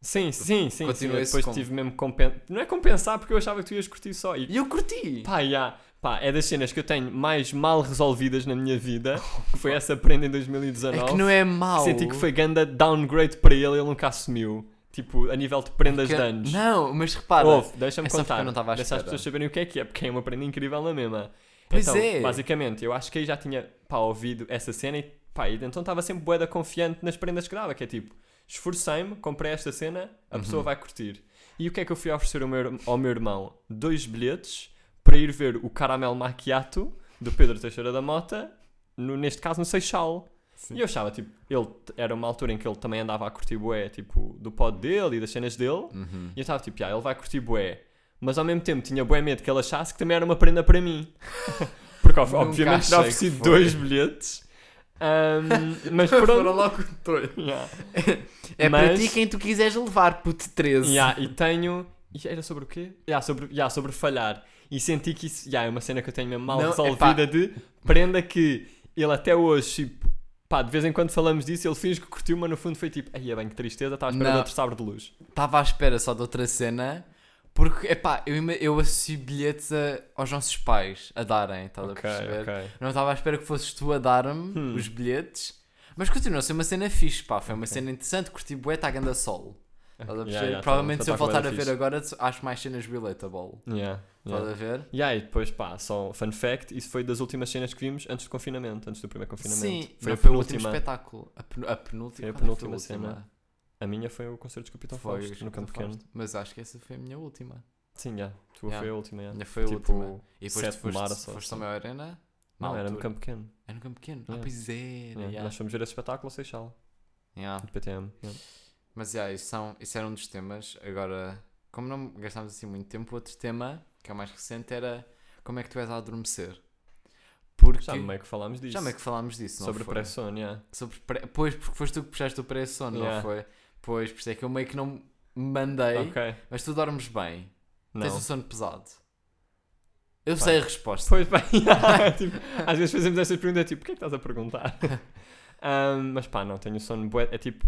[SPEAKER 1] sim, sim, sim. sim. Eu
[SPEAKER 2] continua esse
[SPEAKER 1] depois
[SPEAKER 2] combo.
[SPEAKER 1] tive mesmo compen... Não é compensar porque eu achava que tu ias curtir só. E
[SPEAKER 2] E eu curti.
[SPEAKER 1] Pá, já. Pá, é das cenas que eu tenho mais mal resolvidas na minha vida, que foi essa prenda em 2019.
[SPEAKER 2] é que não é mau.
[SPEAKER 1] Senti que foi ganda downgrade para ele, ele nunca assumiu. Tipo, a nível de prendas
[SPEAKER 2] É Que-
[SPEAKER 1] de anos.
[SPEAKER 2] Não, mas repara.
[SPEAKER 1] Ouve, deixa-me
[SPEAKER 2] essa porque
[SPEAKER 1] contar.
[SPEAKER 2] eu não estava à
[SPEAKER 1] Deixa as
[SPEAKER 2] espera.
[SPEAKER 1] pessoas saberem o que é que é, porque é uma prenda incrível na mesma.
[SPEAKER 2] Pois
[SPEAKER 1] então,
[SPEAKER 2] é.
[SPEAKER 1] basicamente, eu acho que aí já tinha, pá, ouvido essa cena e, pá, e então estava sempre boeda confiante nas prendas que dava, que é tipo, esforcei-me, comprei esta cena, a
[SPEAKER 2] Uhum.
[SPEAKER 1] pessoa vai curtir. E o que é que eu fui oferecer ao meu, ir- ao meu irmão? Dois bilhetes para ir ver o Caramel Macchiato do Pedro Teixeira da Mota, no- neste caso no Seixal. E eu achava, tipo, ele era uma altura em que ele também andava a curtir bué, tipo, do pod dele e das cenas dele.
[SPEAKER 2] Uhum.
[SPEAKER 1] E eu estava tipo, ah, ele vai curtir bué. Mas ao mesmo tempo tinha bué medo que ele achasse que também era uma prenda para mim. Porque ob-
[SPEAKER 2] Nunca
[SPEAKER 1] obviamente já
[SPEAKER 2] achei que
[SPEAKER 1] ofereci
[SPEAKER 2] foi.
[SPEAKER 1] dois bilhetes. Ahm, mas
[SPEAKER 2] Foram
[SPEAKER 1] pronto.
[SPEAKER 2] logo dois.
[SPEAKER 1] Yeah.
[SPEAKER 2] É para
[SPEAKER 1] Mas-
[SPEAKER 2] ti quem tu quiseres levar, puto 13.
[SPEAKER 1] Yeah, e tenho. e era sobre o quê? Yeah, sobre, yeah, sobre falhar. E senti que isso yeah, é uma cena que eu tenho mesmo mal
[SPEAKER 2] Não,
[SPEAKER 1] resolvida de prenda que ele até hoje, tipo, pá, de vez em quando falamos disso, ele finge que curtiu, mas no fundo foi tipo, ai é bem que tristeza, estava à espera
[SPEAKER 2] Não.
[SPEAKER 1] de outro sabre de luz.
[SPEAKER 2] Estava à espera só de outra cena. Porque, epá, eu, ima- eu associo bilhetes a- aos nossos pais a darem, estás a
[SPEAKER 1] Ok,
[SPEAKER 2] perceber?
[SPEAKER 1] ok.
[SPEAKER 2] Não estava à espera que fosses tu a dar-me
[SPEAKER 1] Hum.
[SPEAKER 2] os bilhetes. Mas continua a ser uma cena fixe, pá. Foi uma cena interessante. Curti bué, está a ganda sol. Estás a
[SPEAKER 1] Yeah,
[SPEAKER 2] perceber?
[SPEAKER 1] yeah, tá-
[SPEAKER 2] Provavelmente se eu
[SPEAKER 1] tá com bué
[SPEAKER 2] voltar
[SPEAKER 1] da
[SPEAKER 2] a ver
[SPEAKER 1] fixe.
[SPEAKER 2] agora, acho mais cenas relatable.
[SPEAKER 1] Yeah, yeah.
[SPEAKER 2] Estás a ver?
[SPEAKER 1] E aí, depois, pá, só fun fact, isso foi das últimas cenas que vimos antes do confinamento, antes do primeiro confinamento.
[SPEAKER 2] Sim,
[SPEAKER 1] foi
[SPEAKER 2] não,
[SPEAKER 1] a
[SPEAKER 2] foi o último
[SPEAKER 1] penúltima.
[SPEAKER 2] espetáculo. A, pen- a penúltima,
[SPEAKER 1] Foi
[SPEAKER 2] qual é
[SPEAKER 1] a
[SPEAKER 2] que
[SPEAKER 1] penúltima cena.
[SPEAKER 2] última?
[SPEAKER 1] A minha foi o concerto do Capitão
[SPEAKER 2] Foi
[SPEAKER 1] Fausto, no
[SPEAKER 2] quando
[SPEAKER 1] Campo Pequeno.
[SPEAKER 2] foste. Mas acho que essa foi a minha última.
[SPEAKER 1] Sim, já. Tua
[SPEAKER 2] Yeah.
[SPEAKER 1] foi a última, já.
[SPEAKER 2] Minha foi a
[SPEAKER 1] Tipo,
[SPEAKER 2] última. E depois
[SPEAKER 1] 7
[SPEAKER 2] tu
[SPEAKER 1] de
[SPEAKER 2] foste,
[SPEAKER 1] março,
[SPEAKER 2] foste
[SPEAKER 1] assim.
[SPEAKER 2] ao meu arena? na
[SPEAKER 1] Não, era no
[SPEAKER 2] altura.
[SPEAKER 1] Campo Pequeno.
[SPEAKER 2] Era no campo pequeno? Ah,
[SPEAKER 1] Yeah.
[SPEAKER 2] pois era.
[SPEAKER 1] Yeah.
[SPEAKER 2] yeah.
[SPEAKER 1] Nós fomos ver esse espetáculo ao Seixal,
[SPEAKER 2] Yeah.
[SPEAKER 1] do PTM. yeah.
[SPEAKER 2] Mas yeah, isso, são, isso era um dos temas. Agora, como não gastámos assim muito tempo, outro tema, que é o mais recente, era como é que tu és a adormecer. Porque
[SPEAKER 1] Já meio que falámos disso.
[SPEAKER 2] já meio que falámos disso, não
[SPEAKER 1] Sobre
[SPEAKER 2] foi?
[SPEAKER 1] pré-sono, já.
[SPEAKER 2] Sobre pré- Pois, porque foste tu que puxaste o pré-sono, não
[SPEAKER 1] Yeah.
[SPEAKER 2] foi? Pois, por isso é que eu meio que não me mandei,
[SPEAKER 1] Ok.
[SPEAKER 2] mas tu dormes bem.
[SPEAKER 1] Não.
[SPEAKER 2] Tens o sono pesado. Eu
[SPEAKER 1] Pá.
[SPEAKER 2] sei a resposta.
[SPEAKER 1] Pois bem, tipo, às vezes fazemos estas perguntas, tipo, o que é que estás a perguntar? Ahm, mas pá, não, tenho sono bué, é tipo,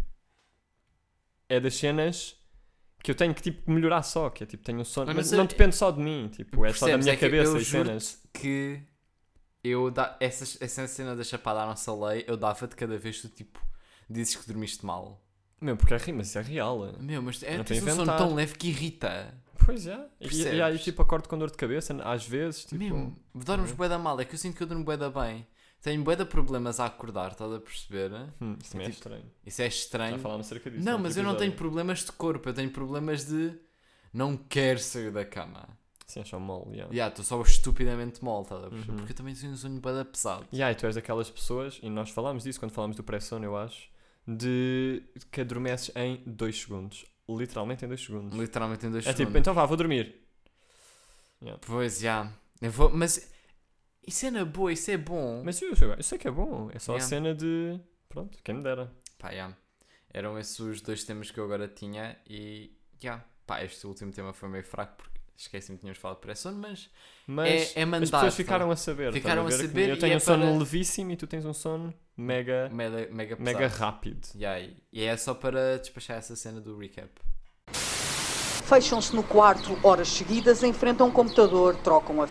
[SPEAKER 1] é das cenas que eu tenho que tipo melhorar só, que é tipo, tenho sono,
[SPEAKER 2] Mas
[SPEAKER 1] mas,
[SPEAKER 2] não sei-
[SPEAKER 1] não depende só de mim, tipo, é só da
[SPEAKER 2] Percebes?
[SPEAKER 1] minha
[SPEAKER 2] É que
[SPEAKER 1] cabeça
[SPEAKER 2] eu
[SPEAKER 1] e
[SPEAKER 2] juro-te
[SPEAKER 1] cenas.
[SPEAKER 2] que eu da, essa, essa cena da chapada à nossa lei, eu dava de cada vez que tu tipo dizes que dormiste mal.
[SPEAKER 1] Meu, porque é ri, mas isso é real. é.
[SPEAKER 2] Meu, mas é
[SPEAKER 1] Não
[SPEAKER 2] tens
[SPEAKER 1] estou a
[SPEAKER 2] um sono
[SPEAKER 1] inventar.
[SPEAKER 2] tão leve que irrita.
[SPEAKER 1] Pois é, e, e aí
[SPEAKER 2] Percebes?
[SPEAKER 1] tipo, acordo com dor de cabeça, às vezes, tipo,
[SPEAKER 2] Mesmo, dormes
[SPEAKER 1] Uhum.
[SPEAKER 2] bué da mal, é que eu sinto que eu durmo bué da bem. Tenho bué de problemas a acordar, estás a perceber?
[SPEAKER 1] hum, isso também
[SPEAKER 2] Tipo,
[SPEAKER 1] é estranho.
[SPEAKER 2] Isso é
[SPEAKER 1] Já
[SPEAKER 2] estranho.
[SPEAKER 1] falámos acerca disso.
[SPEAKER 2] Não,
[SPEAKER 1] noutro
[SPEAKER 2] mas eu não tenho
[SPEAKER 1] episódio.
[SPEAKER 2] problemas de corpo, eu tenho problemas de não quero sair da cama.
[SPEAKER 1] Sim, é só mole, yeah.
[SPEAKER 2] Ya, estou só estupidamente mole, estás a perceber?
[SPEAKER 1] Uhum.
[SPEAKER 2] Porque eu também tenho um sono bué da pesado.
[SPEAKER 1] E aí, tu és daquelas pessoas, e nós falámos disso quando falámos do pré-sono, eu acho, de que adormeces em 2 segundos. Literalmente em 2 segundos.
[SPEAKER 2] Literalmente em dois
[SPEAKER 1] é
[SPEAKER 2] segundos.
[SPEAKER 1] tipo, então vá, vou dormir.
[SPEAKER 2] Pois, já. Eu vou, mas isso é na boa, isso é bom.
[SPEAKER 1] Mas eu, eu, eu sei que é bom, é só
[SPEAKER 2] Yeah.
[SPEAKER 1] a cena de. Pronto, quem me dera.
[SPEAKER 2] Pá, já. Eram esses os dois temas que eu agora tinha e, já. Pá, este último tema foi meio fraco porque esqueci-me que tínhamos falado de pré-sono, mas
[SPEAKER 1] Mas
[SPEAKER 2] é, é mandar.
[SPEAKER 1] as pessoas ficaram a saber. estás
[SPEAKER 2] Ficaram a
[SPEAKER 1] ver? Que
[SPEAKER 2] saber
[SPEAKER 1] Eu
[SPEAKER 2] e
[SPEAKER 1] tenho
[SPEAKER 2] é
[SPEAKER 1] um sono
[SPEAKER 2] para-
[SPEAKER 1] levíssimo e tu tens um sono mega,
[SPEAKER 2] Mega, mega pesado.
[SPEAKER 1] mega rápido.
[SPEAKER 2] Ya, e- E é só para despachar essa cena do recap.
[SPEAKER 4] Fecham-se no quarto horas seguidas, enfrentam um computador, trocam a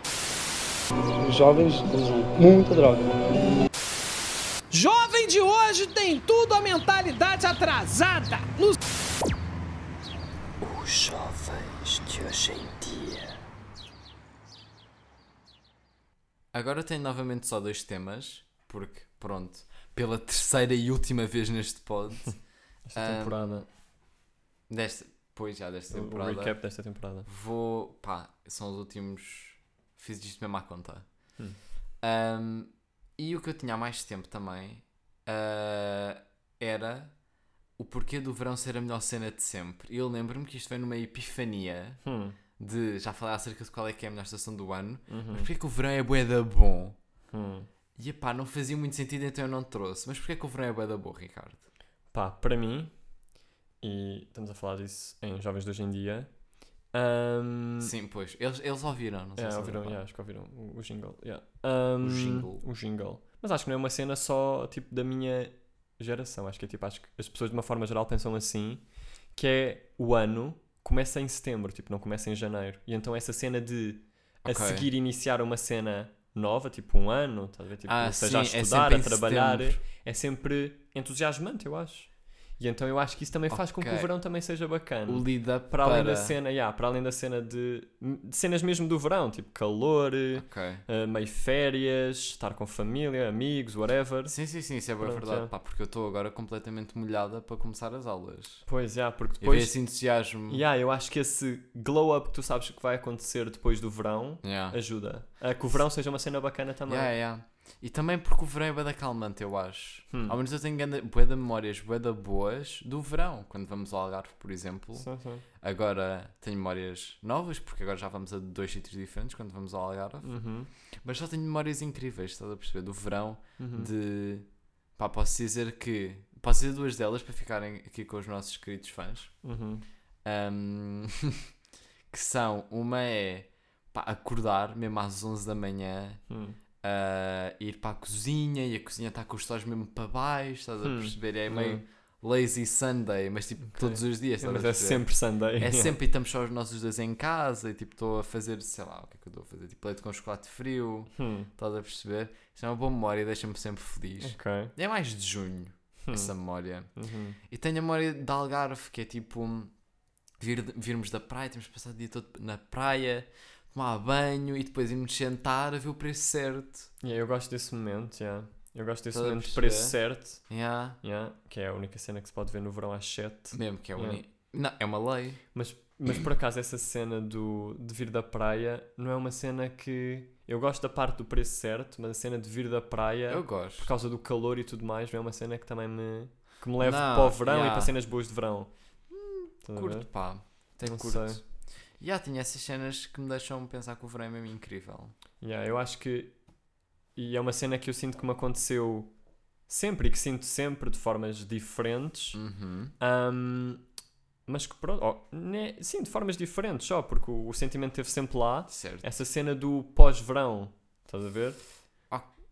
[SPEAKER 5] Os jovens usam muita droga.
[SPEAKER 6] Jovem de hoje tem tudo a mentalidade atrasada. No
[SPEAKER 2] Agora tenho novamente só dois temas, porque, pronto, pela terceira e última vez neste pod,
[SPEAKER 1] Esta
[SPEAKER 2] Ah,
[SPEAKER 1] temporada.
[SPEAKER 2] desta, pois já desta
[SPEAKER 1] o-
[SPEAKER 2] temporada,
[SPEAKER 1] O recap desta temporada.
[SPEAKER 2] Vou. pá, são os últimos. Fiz isto mesmo à conta.
[SPEAKER 1] Hum.
[SPEAKER 2] Ahm, e o que eu tinha há mais tempo também ah, era o porquê do verão ser a melhor cena de sempre. E eu lembro-me que isto vem numa epifania
[SPEAKER 1] Hum,
[SPEAKER 2] de já falei acerca de qual é que é a melhor estação do ano, mas
[SPEAKER 1] uhum,
[SPEAKER 2] porquê que o verão é bué da bom?
[SPEAKER 1] hum.
[SPEAKER 2] E pá, não fazia muito sentido, então eu não trouxe. Mas porquê que o verão é bué da bom, Ricardo?
[SPEAKER 1] Pá, para mim, e estamos a falar disso em jovens de hoje em dia, Ahm,
[SPEAKER 2] Sim, pois. Eles, eles ouviram, não sei
[SPEAKER 1] Hum. É,
[SPEAKER 2] se
[SPEAKER 1] ouviram,
[SPEAKER 2] ouviram.
[SPEAKER 1] yeah, acho que ouviram o, o jingle. yeah. Um,
[SPEAKER 2] jingle.
[SPEAKER 1] O jingle. Mas acho que não é uma cena só tipo da minha geração. Acho que é tipo, acho que as pessoas de uma forma geral pensam assim, que é o ano começa em setembro, tipo, não começa em janeiro. E então essa cena de a
[SPEAKER 2] Ok.
[SPEAKER 1] seguir iniciar uma cena nova, tipo um ano, estás a ver? Tipo,
[SPEAKER 2] Ah,
[SPEAKER 1] seja
[SPEAKER 2] sim,
[SPEAKER 1] a
[SPEAKER 2] é
[SPEAKER 1] estudar,
[SPEAKER 2] sempre
[SPEAKER 1] a
[SPEAKER 2] em
[SPEAKER 1] trabalhar,
[SPEAKER 2] setembro.
[SPEAKER 1] é sempre entusiasmante, eu acho. E então eu acho que isso também faz com que o
[SPEAKER 2] Ok.
[SPEAKER 1] verão também seja bacana
[SPEAKER 2] O lead up
[SPEAKER 1] é, para além da cena, yeah, para além da cena de, de cenas mesmo do verão, tipo calor, eh,
[SPEAKER 2] Ok.
[SPEAKER 1] eh, meio férias, estar com família, amigos, whatever.
[SPEAKER 2] Sim, sim, sim, isso é boa
[SPEAKER 1] Pronto,
[SPEAKER 2] verdade.
[SPEAKER 1] é.
[SPEAKER 2] Pá, porque eu estou agora completamente molhada para começar as aulas.
[SPEAKER 1] Pois, yeah, porque
[SPEAKER 2] Eu vi
[SPEAKER 1] depois,
[SPEAKER 2] esse entusiasmo.
[SPEAKER 1] yeah, eu acho que esse glow up que tu sabes que vai acontecer depois do verão
[SPEAKER 2] Yeah.
[SPEAKER 1] ajuda a que o verão seja uma cena bacana também.
[SPEAKER 2] Yeah, é. yeah. E também porque o verão é bué da calmante, eu acho.
[SPEAKER 1] Hum.
[SPEAKER 2] Ao menos eu tenho ganda- bué de memórias bué da boas do verão. Quando vamos ao Algarve, por exemplo.
[SPEAKER 1] Sim, sim.
[SPEAKER 2] Agora tenho memórias novas, porque agora já vamos a dois sítios diferentes quando vamos ao Algarve.
[SPEAKER 1] Uhum,
[SPEAKER 2] Mas só tenho memórias incríveis, estás a perceber? Do verão,
[SPEAKER 1] uhum.
[SPEAKER 2] de... Pá, posso dizer que... Posso dizer duas delas para ficarem aqui com os nossos queridos fãs.
[SPEAKER 1] uhum.
[SPEAKER 2] Ahm, que são... Uma é... Pá, acordar mesmo às 11 da manhã
[SPEAKER 1] Hum.
[SPEAKER 2] a ir para a cozinha e a cozinha está com os sóis mesmo para baixo, estás a
[SPEAKER 1] Hum.
[SPEAKER 2] perceber? É
[SPEAKER 1] Hum.
[SPEAKER 2] meio lazy Sunday, mas tipo todos os dias, estás
[SPEAKER 1] Mas
[SPEAKER 2] a
[SPEAKER 1] é
[SPEAKER 2] perceber?
[SPEAKER 1] sempre Sunday.
[SPEAKER 2] É
[SPEAKER 1] yeah.
[SPEAKER 2] sempre e estamos só os nossos dois em casa e tipo estou a fazer, sei lá, o que é que eu estou a fazer? Tipo leite com chocolate frio,
[SPEAKER 1] Hum,
[SPEAKER 2] estás a perceber? Isso é uma boa memória e deixa-me sempre feliz.
[SPEAKER 1] Ok.
[SPEAKER 2] É mais de junho
[SPEAKER 1] Hum,
[SPEAKER 2] essa memória.
[SPEAKER 1] uhum.
[SPEAKER 2] E tenho a memória de Algarve, que é tipo um, vir, virmos da praia, temos passado o dia todo na praia, tomar banho e depois irmos sentar a ver o preço certo.
[SPEAKER 1] Yeah, eu gosto desse momento, yeah. Eu gosto desse
[SPEAKER 2] Estás a
[SPEAKER 1] momento de
[SPEAKER 2] perceber?
[SPEAKER 1] preço certo.
[SPEAKER 2] Yeah.
[SPEAKER 1] Yeah, que é a única cena que se pode ver no verão às 7.
[SPEAKER 2] Mesmo que é
[SPEAKER 1] Yeah.
[SPEAKER 2] uma. Não, é uma lei.
[SPEAKER 1] Mas, mas por acaso essa cena do, de vir da praia não é uma cena que. Eu gosto da parte do preço certo, mas a cena de vir da praia
[SPEAKER 2] Eu
[SPEAKER 1] por
[SPEAKER 2] gosto.
[SPEAKER 1] causa do calor e tudo mais não é uma cena que também me, que me leva
[SPEAKER 2] Não,
[SPEAKER 1] para o verão e
[SPEAKER 2] yeah. Hum,
[SPEAKER 1] para cenas boas de verão. Estás a ver?
[SPEAKER 2] Curto, pá. Até
[SPEAKER 1] Não
[SPEAKER 2] curto.
[SPEAKER 1] sei.
[SPEAKER 2] E há, tinha essas cenas que me deixam pensar que o verão é mesmo incrível.
[SPEAKER 1] Yeah, eu acho que. E é uma cena que eu sinto que me aconteceu sempre e que sinto sempre de formas diferentes.
[SPEAKER 2] Uhum.
[SPEAKER 1] Ahm, mas que pronto, ó, né- sim, de formas diferentes só, porque o, o sentimento esteve sempre lá.
[SPEAKER 2] Certo.
[SPEAKER 1] Essa cena do pós-verão, estás a ver?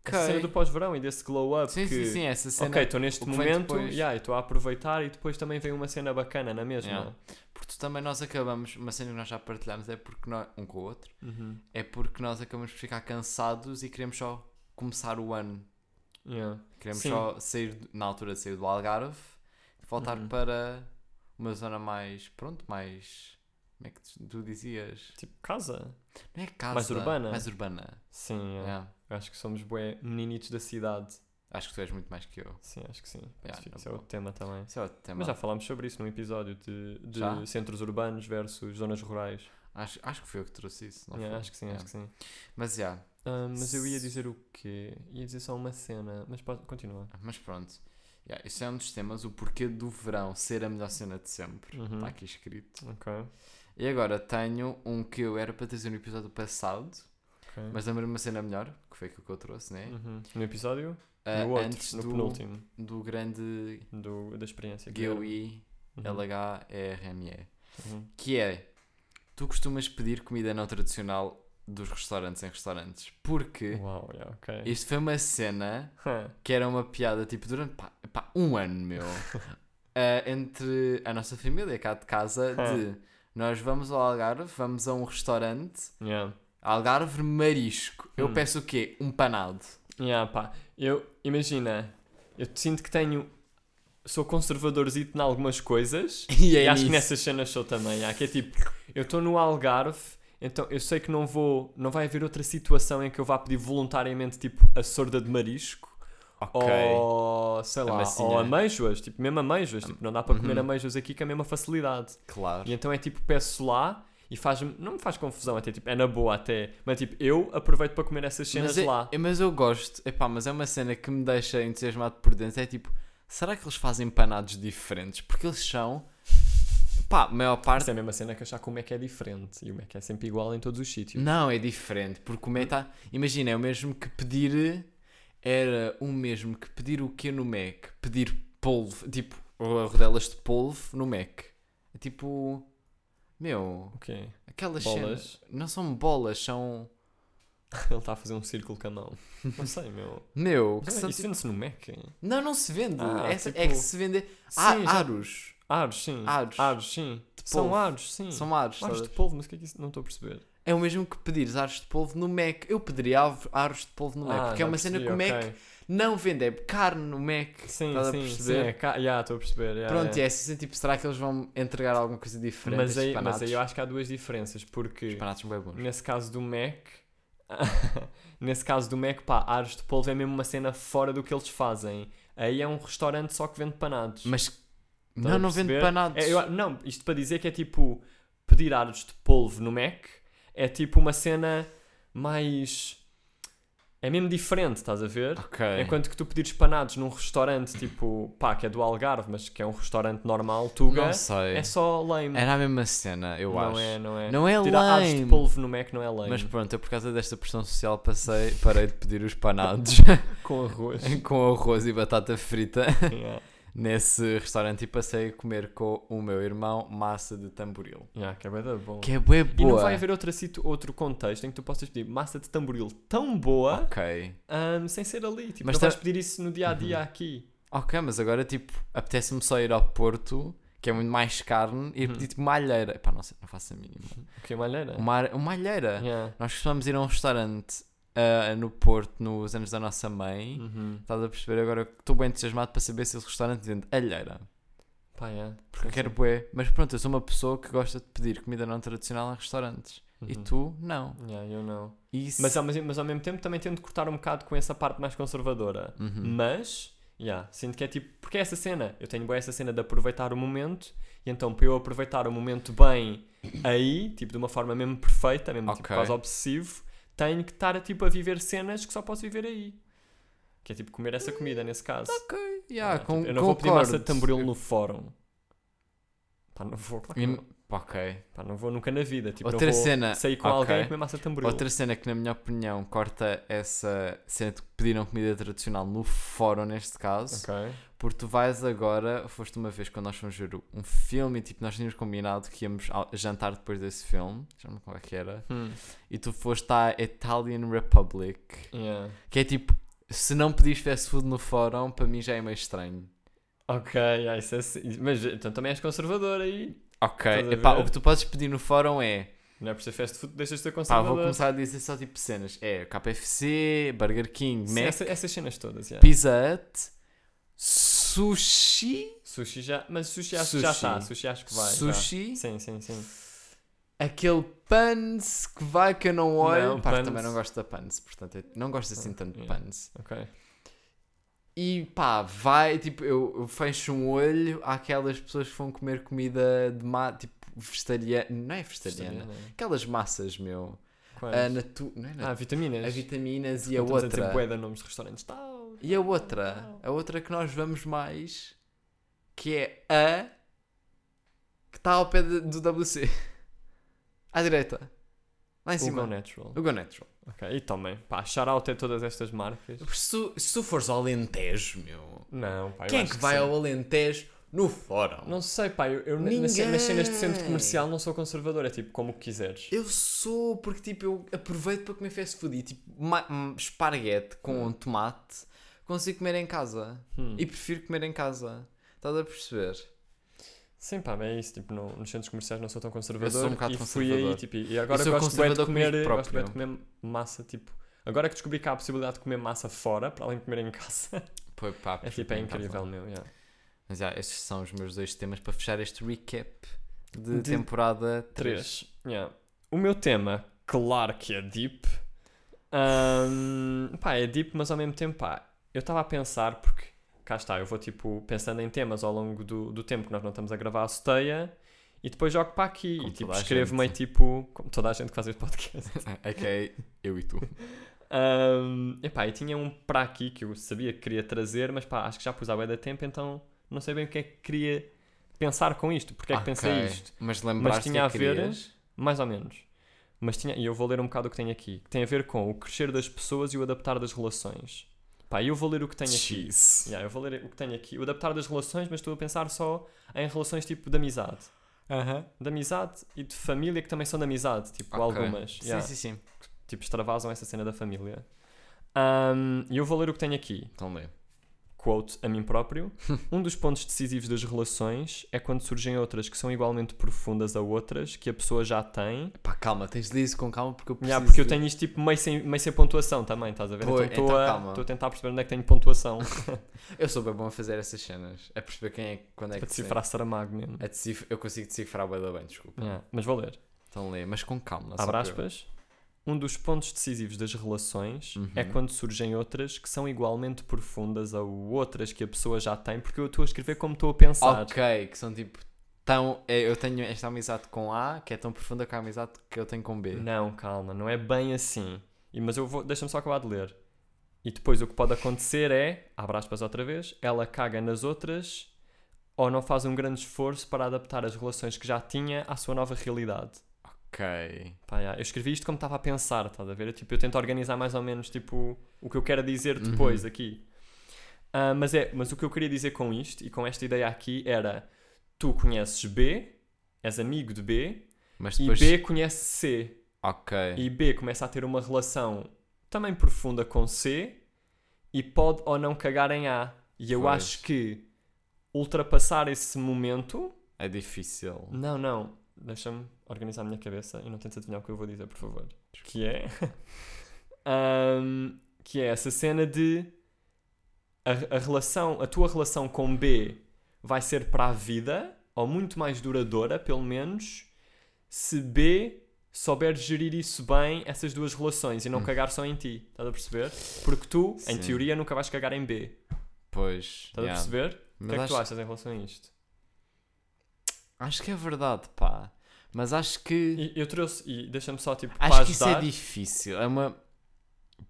[SPEAKER 1] Essa É cena do pós-verão e desse glow-up
[SPEAKER 2] Sim,
[SPEAKER 1] que,
[SPEAKER 2] sim, sim, essa cena.
[SPEAKER 1] ok, estou neste
[SPEAKER 2] o que vem
[SPEAKER 1] momento,
[SPEAKER 2] depois.
[SPEAKER 1] yeah, e estou a aproveitar e depois também vem uma cena bacana, é na mesma?
[SPEAKER 2] Yeah. Porque também nós acabamos, uma cena que nós já partilhamos é porque nós, um com o outro,
[SPEAKER 1] Uhum.
[SPEAKER 2] é porque nós acabamos por ficar cansados e queremos só começar o ano.
[SPEAKER 1] Yeah.
[SPEAKER 2] Queremos
[SPEAKER 1] Sim.
[SPEAKER 2] só sair, do- na altura, sair do Algarve, voltar
[SPEAKER 1] Uhum.
[SPEAKER 2] para uma zona mais, pronto, mais, como é que tu- tu dizias?
[SPEAKER 1] Tipo, casa?
[SPEAKER 2] Não é casa.
[SPEAKER 1] Mais urbana? É.
[SPEAKER 2] Mais urbana.
[SPEAKER 1] Sim, yeah.
[SPEAKER 2] Yeah.
[SPEAKER 1] Eu acho que somos bué meninitos da cidade.
[SPEAKER 2] Acho que tu és muito mais que eu.
[SPEAKER 1] Sim, acho que sim.
[SPEAKER 2] Yeah,
[SPEAKER 1] Isso-
[SPEAKER 2] na
[SPEAKER 1] isso é
[SPEAKER 2] boa.
[SPEAKER 1] outro tema também.
[SPEAKER 2] Isso é outro tema.
[SPEAKER 1] Mas já falámos sobre isso num episódio de, de
[SPEAKER 2] Já?
[SPEAKER 1] centros urbanos versus zonas rurais.
[SPEAKER 2] acho, acho que foi eu que trouxe isso. Não
[SPEAKER 1] Yeah,
[SPEAKER 2] foi?
[SPEAKER 1] acho que sim,
[SPEAKER 2] Yeah.
[SPEAKER 1] acho que sim.
[SPEAKER 2] Mas já,
[SPEAKER 1] Ah, mas eu ia dizer
[SPEAKER 2] S-
[SPEAKER 1] o quê? Ia dizer só uma cena, mas pode continuar.
[SPEAKER 2] mas pronto. Yeah, isso é um dos temas, o porquê do verão ser a melhor cena de sempre.
[SPEAKER 1] Uhum.
[SPEAKER 2] Está aqui escrito.
[SPEAKER 1] Ok.
[SPEAKER 2] E agora tenho um que eu era para trazer no episódio passado,
[SPEAKER 1] ok.
[SPEAKER 2] mas lembro-me uma cena melhor, que foi aquilo que eu trouxe, né?
[SPEAKER 1] Uhum. No episódio?
[SPEAKER 2] Ah,
[SPEAKER 1] no outro,
[SPEAKER 2] antes
[SPEAKER 1] no
[SPEAKER 2] do,
[SPEAKER 1] penúltimo,
[SPEAKER 2] do grande
[SPEAKER 1] do, da experiência. que era.
[SPEAKER 2] GUI
[SPEAKER 1] Uhum,
[SPEAKER 2] LHRME.
[SPEAKER 1] uhum.
[SPEAKER 2] Que é, tu costumas pedir comida não tradicional dos restaurantes em restaurantes, porque
[SPEAKER 1] Uau, yeah, ok.
[SPEAKER 2] isto foi uma cena
[SPEAKER 1] Ha,
[SPEAKER 2] que era uma piada tipo durante pá, pá, um ano meu Ah, entre a nossa família cá de casa de nós vamos ao Algarve, vamos a um restaurante
[SPEAKER 1] yeah.
[SPEAKER 2] Algarve Marisco. Eu
[SPEAKER 1] Hum.
[SPEAKER 2] peço o quê? Um panado.
[SPEAKER 1] Yeah, pá. Eu, imagina, eu sinto que tenho... Sou conservadorzito em algumas coisas.
[SPEAKER 2] E é
[SPEAKER 1] e acho que
[SPEAKER 2] nisso.
[SPEAKER 1] nessas cenas sou também. yeah, que é tipo, eu estou no Algarve... Então, eu sei que não vou, não vai haver outra situação em que eu vá pedir voluntariamente, tipo, a sorda de marisco, ou sei lá,
[SPEAKER 2] massinha.
[SPEAKER 1] ou ameijoas, tipo, mesmo ameijoas, tipo, não dá para comer
[SPEAKER 2] Uhum.
[SPEAKER 1] ameijoas aqui com a mesma facilidade.
[SPEAKER 2] Claro.
[SPEAKER 1] E então é tipo, peço lá e faz-me, não me faz confusão, até tipo, é na boa até, mas tipo, eu aproveito para comer essas cenas
[SPEAKER 2] mas, é-
[SPEAKER 1] lá.
[SPEAKER 2] é- mas eu gosto, epá, mas é uma cena que me deixa entusiasmado por dentro. É tipo, será que eles fazem panados diferentes? Porque eles são, pá, a maior parte
[SPEAKER 1] Essa é a mesma cena que achar que o Mac é diferente e o Mac é sempre igual em todos os sítios.
[SPEAKER 2] Não, é diferente, porque o Mac está. Imagina, é o mesmo que pedir. Era o mesmo que pedir o quê no Mac? Pedir polvo, tipo, rodelas de polvo no Mac. É tipo. Meu,
[SPEAKER 1] O quê?
[SPEAKER 2] aquelas
[SPEAKER 1] Bolas?
[SPEAKER 2] cenas. Não são bolas, são.
[SPEAKER 1] Ele está a fazer um círculo com a mão. Não sei, meu.
[SPEAKER 2] Meu, que
[SPEAKER 1] Não,
[SPEAKER 2] são.
[SPEAKER 1] isso
[SPEAKER 2] tipo-
[SPEAKER 1] vende-se no Mac? hein?
[SPEAKER 2] Não, não se vende.
[SPEAKER 1] Ah,
[SPEAKER 2] Essa- É
[SPEAKER 1] tipo-
[SPEAKER 2] que se vende.
[SPEAKER 1] Sim,
[SPEAKER 2] Ah,
[SPEAKER 1] já-
[SPEAKER 2] aros.
[SPEAKER 1] Aros, sim.
[SPEAKER 2] Aros.
[SPEAKER 1] sim.
[SPEAKER 2] De
[SPEAKER 1] São
[SPEAKER 2] polvo.
[SPEAKER 1] aros, sim.
[SPEAKER 2] São aros.
[SPEAKER 1] aros
[SPEAKER 2] sabes?
[SPEAKER 1] de polvo, mas o que é que isso? Não estou a perceber.
[SPEAKER 2] É o mesmo que pedires aros de polvo no Mac. Eu pediria av- aros de polvo no Mac,
[SPEAKER 1] Ah,
[SPEAKER 2] porque é
[SPEAKER 1] já
[SPEAKER 2] uma cena que
[SPEAKER 1] percebi,
[SPEAKER 2] o Mac
[SPEAKER 1] ok.
[SPEAKER 2] não vende, é carne no Mac.
[SPEAKER 1] Sim,
[SPEAKER 2] estás a
[SPEAKER 1] sim, sim.
[SPEAKER 2] perceber?
[SPEAKER 1] É, ca... yeah, estou a perceber. yeah,
[SPEAKER 2] Pronto,
[SPEAKER 1] yeah.
[SPEAKER 2] e é assim, tipo, será que eles vão entregar alguma coisa diferente?
[SPEAKER 1] Mas
[SPEAKER 2] estes
[SPEAKER 1] aí, mas
[SPEAKER 2] panados?
[SPEAKER 1] aí eu acho que há duas diferenças, porque
[SPEAKER 2] Os panados são bem bons.
[SPEAKER 1] nesse caso do Mac, nesse caso do Mac, pá, aros de polvo é mesmo uma cena fora do que eles fazem. Aí é um restaurante só que vende panados.
[SPEAKER 2] Mas.
[SPEAKER 1] Estás
[SPEAKER 2] não,
[SPEAKER 1] a
[SPEAKER 2] não vende
[SPEAKER 1] perceber?
[SPEAKER 2] panados.
[SPEAKER 1] É, eu- não, isto para dizer que é tipo pedir aros de polvo no Mac é tipo uma cena mais. É mesmo diferente, estás a ver?
[SPEAKER 2] Ok.
[SPEAKER 1] Enquanto É que tu pedires panados num restaurante tipo, pá, que é do Algarve, mas que é um restaurante normal, Tuga,
[SPEAKER 2] Não sei.
[SPEAKER 1] é só lame.
[SPEAKER 2] Era a mesma cena, eu
[SPEAKER 1] não
[SPEAKER 2] acho.
[SPEAKER 1] é, não é.
[SPEAKER 2] Não é
[SPEAKER 1] Tirar aros de
[SPEAKER 2] lame.
[SPEAKER 1] polvo no Mac não é lame.
[SPEAKER 2] Mas pronto, eu por causa desta pressão social passei, parei de pedir os panados
[SPEAKER 1] com arroz.
[SPEAKER 2] com arroz e batata frita
[SPEAKER 1] yeah.
[SPEAKER 2] nesse restaurante e passei a comer com o meu irmão massa de tamboril.
[SPEAKER 1] Yeah, que é bué da bom.
[SPEAKER 2] Que é bué
[SPEAKER 1] E não
[SPEAKER 2] boa.
[SPEAKER 1] vai haver outra situ- outro contexto em que tu possas pedir massa de tamboril tão boa
[SPEAKER 2] Ok.
[SPEAKER 1] Ahm, sem ser ali. Tipo,
[SPEAKER 2] Mas
[SPEAKER 1] não
[SPEAKER 2] tá-
[SPEAKER 1] vais pedir isso no dia a dia aqui.
[SPEAKER 2] Ok, mas agora tipo, apetece-me só ir ao Porto, que é muito mais carne, e pedir tipo uma alheira. Pá, não sei, não faço a mínima.
[SPEAKER 1] Que Uhum. malheira.
[SPEAKER 2] Uma, ar- uma alheira.
[SPEAKER 1] Yeah.
[SPEAKER 2] Nós costumamos ir a um restaurante ah, no Porto nos anos da nossa mãe.
[SPEAKER 1] Uhum.
[SPEAKER 2] Estás a perceber? Agora estou bem entusiasmado para saber se esse restaurante vende alheira.
[SPEAKER 1] Pá, yeah.
[SPEAKER 2] Porque quero bué. Mas pronto, eu sou uma pessoa que gosta de pedir comida não tradicional em restaurantes. E
[SPEAKER 1] Uhum.
[SPEAKER 2] tu, não.
[SPEAKER 1] Yeah, eu não.
[SPEAKER 2] Isso.
[SPEAKER 1] Mas é ao, mesmo- mas ao mesmo tempo também tento cortar um bocado com essa parte mais conservadora.
[SPEAKER 2] Uhum.
[SPEAKER 1] Mas, yeah, sinto que é tipo, porque é essa cena. Eu tenho bem essa cena de aproveitar o momento. E então, para eu aproveitar o momento bem aí, tipo, de uma forma mesmo perfeita, mesmo tipo,
[SPEAKER 2] Ok.
[SPEAKER 1] quase obsessivo, tenho que estar a, tipo, a viver cenas que só posso viver aí. Que é tipo comer essa comida, nesse caso.
[SPEAKER 2] Ok,
[SPEAKER 1] Ah,
[SPEAKER 2] Tá, yeah,
[SPEAKER 1] tipo,
[SPEAKER 2] com,
[SPEAKER 1] eu não vou pedir massa de
[SPEAKER 2] concordo.
[SPEAKER 1] tamboril no fórum. Pá, não vou, claro que não.
[SPEAKER 2] E- Ok.
[SPEAKER 1] Pá, não vou nunca na vida. Tipo,
[SPEAKER 2] Outra
[SPEAKER 1] não vou
[SPEAKER 2] cena,
[SPEAKER 1] sair com
[SPEAKER 2] ok.
[SPEAKER 1] alguém e comer massa de tamboril.
[SPEAKER 2] Outra cena que, na minha opinião, corta essa cena de que pediram comida tradicional no fórum, neste caso,
[SPEAKER 1] Ok.
[SPEAKER 2] porque tu vais agora, foste uma vez quando nós fomos ver um filme e tipo, nós tínhamos combinado que íamos ao- jantar depois desse filme, já não me lembro qual é que era,
[SPEAKER 1] Hum.
[SPEAKER 2] e tu foste à Italian Republic,
[SPEAKER 1] Yeah.
[SPEAKER 2] que é tipo, se não pedires fast food no fórum, para mim já é meio estranho.
[SPEAKER 1] Ok, ah, isso é assim. Mas então também és conservador aí.
[SPEAKER 2] Ok,
[SPEAKER 1] Estás a
[SPEAKER 2] epá,
[SPEAKER 1] ver?
[SPEAKER 2] o que tu podes pedir no fórum é
[SPEAKER 1] Não é por ser fast food, deixas de ser
[SPEAKER 2] Pá, vou
[SPEAKER 1] conservador.
[SPEAKER 2] começar a dizer só tipo cenas. É KFC, Burger King,
[SPEAKER 1] Sim,
[SPEAKER 2] Mac,
[SPEAKER 1] essa- essas cenas todas, yeah.
[SPEAKER 2] Pizza Hut, Sushi.
[SPEAKER 1] Sushi já. Mas sushi acho que
[SPEAKER 2] Sushi.
[SPEAKER 1] já está. Sushi acho que vai. já.
[SPEAKER 2] Sushi?
[SPEAKER 1] Sim, sim, sim.
[SPEAKER 2] Aquele Pans que vai que eu não olho.
[SPEAKER 1] Não,
[SPEAKER 2] Pá,
[SPEAKER 1] Pans.
[SPEAKER 2] também não gosto da Pans, portanto, eu não gosto assim tanto de
[SPEAKER 1] yeah.
[SPEAKER 2] Pans.
[SPEAKER 1] Ok.
[SPEAKER 2] E pá, vai, tipo, eu, eu fecho um olho àquelas pessoas que vão comer comida de ma tipo, vegetariana. Não é vegetariana.
[SPEAKER 1] Vegetariana, é.
[SPEAKER 2] Aquelas massas, meu.
[SPEAKER 1] Quais?
[SPEAKER 2] A natu... Não é natu...
[SPEAKER 1] Ah, vitaminas.
[SPEAKER 2] a vitaminas e a
[SPEAKER 1] Não estamos dizer
[SPEAKER 2] outra.
[SPEAKER 1] bué de nomes de restaurantes. Tá, Tal.
[SPEAKER 2] E a outra, a outra que nós vamos mais, que é a que está ao pé de- do WC. À direita. Lá em
[SPEAKER 1] Hugo
[SPEAKER 2] cima.
[SPEAKER 1] Natural.
[SPEAKER 2] O Go Natural.
[SPEAKER 1] Ok, e tomem. Pá, shout-out a todas estas marcas.
[SPEAKER 2] Se tu, se tu fores ao Alentejo, meu.
[SPEAKER 1] Não, pá, eu
[SPEAKER 2] quem é
[SPEAKER 1] acho
[SPEAKER 2] que vai
[SPEAKER 1] sim.
[SPEAKER 2] ao Alentejo no fórum?
[SPEAKER 1] Não sei, pá, eu, eu na- nas, nas cenas de centro
[SPEAKER 2] Ninguém.
[SPEAKER 1] comercial não sou conservador, é tipo como quiseres.
[SPEAKER 2] Eu sou, porque tipo, eu aproveito para comer fast food e tipo, ma- hum, esparguete com tomate, consigo comer em casa. E prefiro comer em casa. Estás a perceber?
[SPEAKER 1] Sim, pá, bem é isso, tipo, não, nos centros comerciais não sou tão conservador.
[SPEAKER 2] Eu sou um bocado
[SPEAKER 1] e fui aí,
[SPEAKER 2] conservador.
[SPEAKER 1] tipo, e agora
[SPEAKER 2] Eu sou
[SPEAKER 1] gosto bem de
[SPEAKER 2] conservador
[SPEAKER 1] comer,
[SPEAKER 2] comigo
[SPEAKER 1] gosto bem de
[SPEAKER 2] próprio.
[SPEAKER 1] comer massa, tipo, agora que descobri que há a possibilidade de comer massa fora, para além de comer em casa,
[SPEAKER 2] Pô, pá,
[SPEAKER 1] é
[SPEAKER 2] prefiro
[SPEAKER 1] tipo, é
[SPEAKER 2] comer em casa.
[SPEAKER 1] incrível, meu, yeah.
[SPEAKER 2] Mas já, estes são os meus dois temas para fechar este recap de,
[SPEAKER 1] De
[SPEAKER 2] temporada 3.
[SPEAKER 1] 3. Yeah. O meu tema, claro que é deep. Ahm, pá, é deep, mas ao mesmo tempo, pá, eu estava a pensar, porque cá está, eu vou tipo pensando em temas ao longo do, do tempo que nós não estamos a gravar a soteia e depois jogo para aqui
[SPEAKER 2] Como
[SPEAKER 1] e tipo
[SPEAKER 2] toda a
[SPEAKER 1] escrevo
[SPEAKER 2] gente.
[SPEAKER 1] meio tipo, como toda a gente que faz este podcast.
[SPEAKER 2] Ah, ok, eu e tu.
[SPEAKER 1] Ahm, epá, e tinha um para aqui que eu sabia que queria trazer, mas pá, acho que já pus à bué da tempo, então não sei bem o que é que queria pensar com isto, porque é que pensei isto.
[SPEAKER 2] Mas lembraste
[SPEAKER 1] Mas tinha
[SPEAKER 2] que
[SPEAKER 1] a ver-
[SPEAKER 2] querias?
[SPEAKER 1] Mais ou menos. Mas tinha, e eu vou ler um bocado o que tem aqui. Que tem a ver com o crescer das pessoas e o adaptar das relações. Pá, eu vou ler o que tem aqui.
[SPEAKER 2] Jeez.
[SPEAKER 1] Yeah, eu vou ler o que tem aqui. O adaptar das relações, mas estou a pensar só em relações tipo de amizade.
[SPEAKER 2] Aham.
[SPEAKER 1] de amizade e de família que também são de amizade, tipo
[SPEAKER 2] Ok.
[SPEAKER 1] algumas.
[SPEAKER 2] Sim,
[SPEAKER 1] yeah.
[SPEAKER 2] sim, sim.
[SPEAKER 1] Tipo, extravasam essa cena da família. Ahm, E eu vou ler o que tenho aqui.
[SPEAKER 2] Então lê.
[SPEAKER 1] quote a mim próprio, um dos pontos decisivos das relações é quando surgem outras que são igualmente profundas a outras que a pessoa já tem.
[SPEAKER 2] Pá, calma, tens de ler isso com calma porque eu preciso.
[SPEAKER 1] Ya, porque eu
[SPEAKER 2] de-
[SPEAKER 1] tenho isto tipo meio sem, meio sem pontuação também, estás a ver?
[SPEAKER 2] Pois,
[SPEAKER 1] então
[SPEAKER 2] então
[SPEAKER 1] estou a,
[SPEAKER 2] calma.
[SPEAKER 1] estou a tentar perceber onde é que tenho pontuação
[SPEAKER 2] Eu sou bem bom a fazer essas cenas. A perceber quem é quando é
[SPEAKER 1] para
[SPEAKER 2] que. se-
[SPEAKER 1] decifrar Saramago mesmo.
[SPEAKER 2] A decif- Eu consigo decifrar bué da bem, desculpa.
[SPEAKER 1] Ya, Mas vou ler.
[SPEAKER 2] Então lê, mas com calma. só
[SPEAKER 1] Abre
[SPEAKER 2] para eu-
[SPEAKER 1] aspas. Um dos pontos decisivos das relações
[SPEAKER 2] Uhum.
[SPEAKER 1] é quando surgem outras que são igualmente profundas a outras que a pessoa já tem, porque eu estou a escrever como estou a pensar.
[SPEAKER 2] Ok, que são tipo. Tão, é, eu tenho esta amizade com A que é tão profunda que a amizade que eu tenho com B.
[SPEAKER 1] Não, calma, não é bem assim. E- mas eu vou, deixa-me só acabar de ler. E depois o que pode acontecer é, abre aspas outra vez, ela caga nas outras ou não faz um grande esforço para adaptar as relações que já tinha à sua nova realidade.
[SPEAKER 2] Ok.
[SPEAKER 1] Pá, já, eu escrevi isto como estava a pensar, estás a ver? Eu, tipo, eu tento organizar mais ou menos tipo, o que eu quero dizer depois aqui. Ah, mas, é, mas o que eu queria dizer com isto e com esta ideia aqui era: tu conheces B, és amigo de B,
[SPEAKER 2] Mas
[SPEAKER 1] e
[SPEAKER 2] depois.
[SPEAKER 1] B conhece C
[SPEAKER 2] Ok.
[SPEAKER 1] e B começa a ter uma relação também profunda com C e pode ou não cagar em A. E eu
[SPEAKER 2] Pois.
[SPEAKER 1] acho que ultrapassar esse momento.
[SPEAKER 2] É difícil.
[SPEAKER 1] Não, não. Deixa-me organizar a minha cabeça e não tentes adivinhar o que eu vou dizer, por favor. Que é. Ahm, que é essa cena de. A, a relação, a tua relação com B vai ser para a vida, ou muito mais duradoura, pelo menos, se B souber gerir isso bem, essas duas relações, e não cagar só em ti. Estás a perceber? Porque tu, em
[SPEAKER 2] Hum. Sim.
[SPEAKER 1] teoria, nunca vais cagar em B.
[SPEAKER 2] Pois.
[SPEAKER 1] Estás
[SPEAKER 2] yeah.
[SPEAKER 1] a perceber? O que é que
[SPEAKER 2] Mas
[SPEAKER 1] tu
[SPEAKER 2] acho-
[SPEAKER 1] achas em relação a isto?
[SPEAKER 2] Acho que é verdade, pá. Mas acho que.
[SPEAKER 1] E eu trouxe, e deixa-me só tipo para
[SPEAKER 2] Acho que isso é
[SPEAKER 1] ajudar.
[SPEAKER 2] difícil. É uma.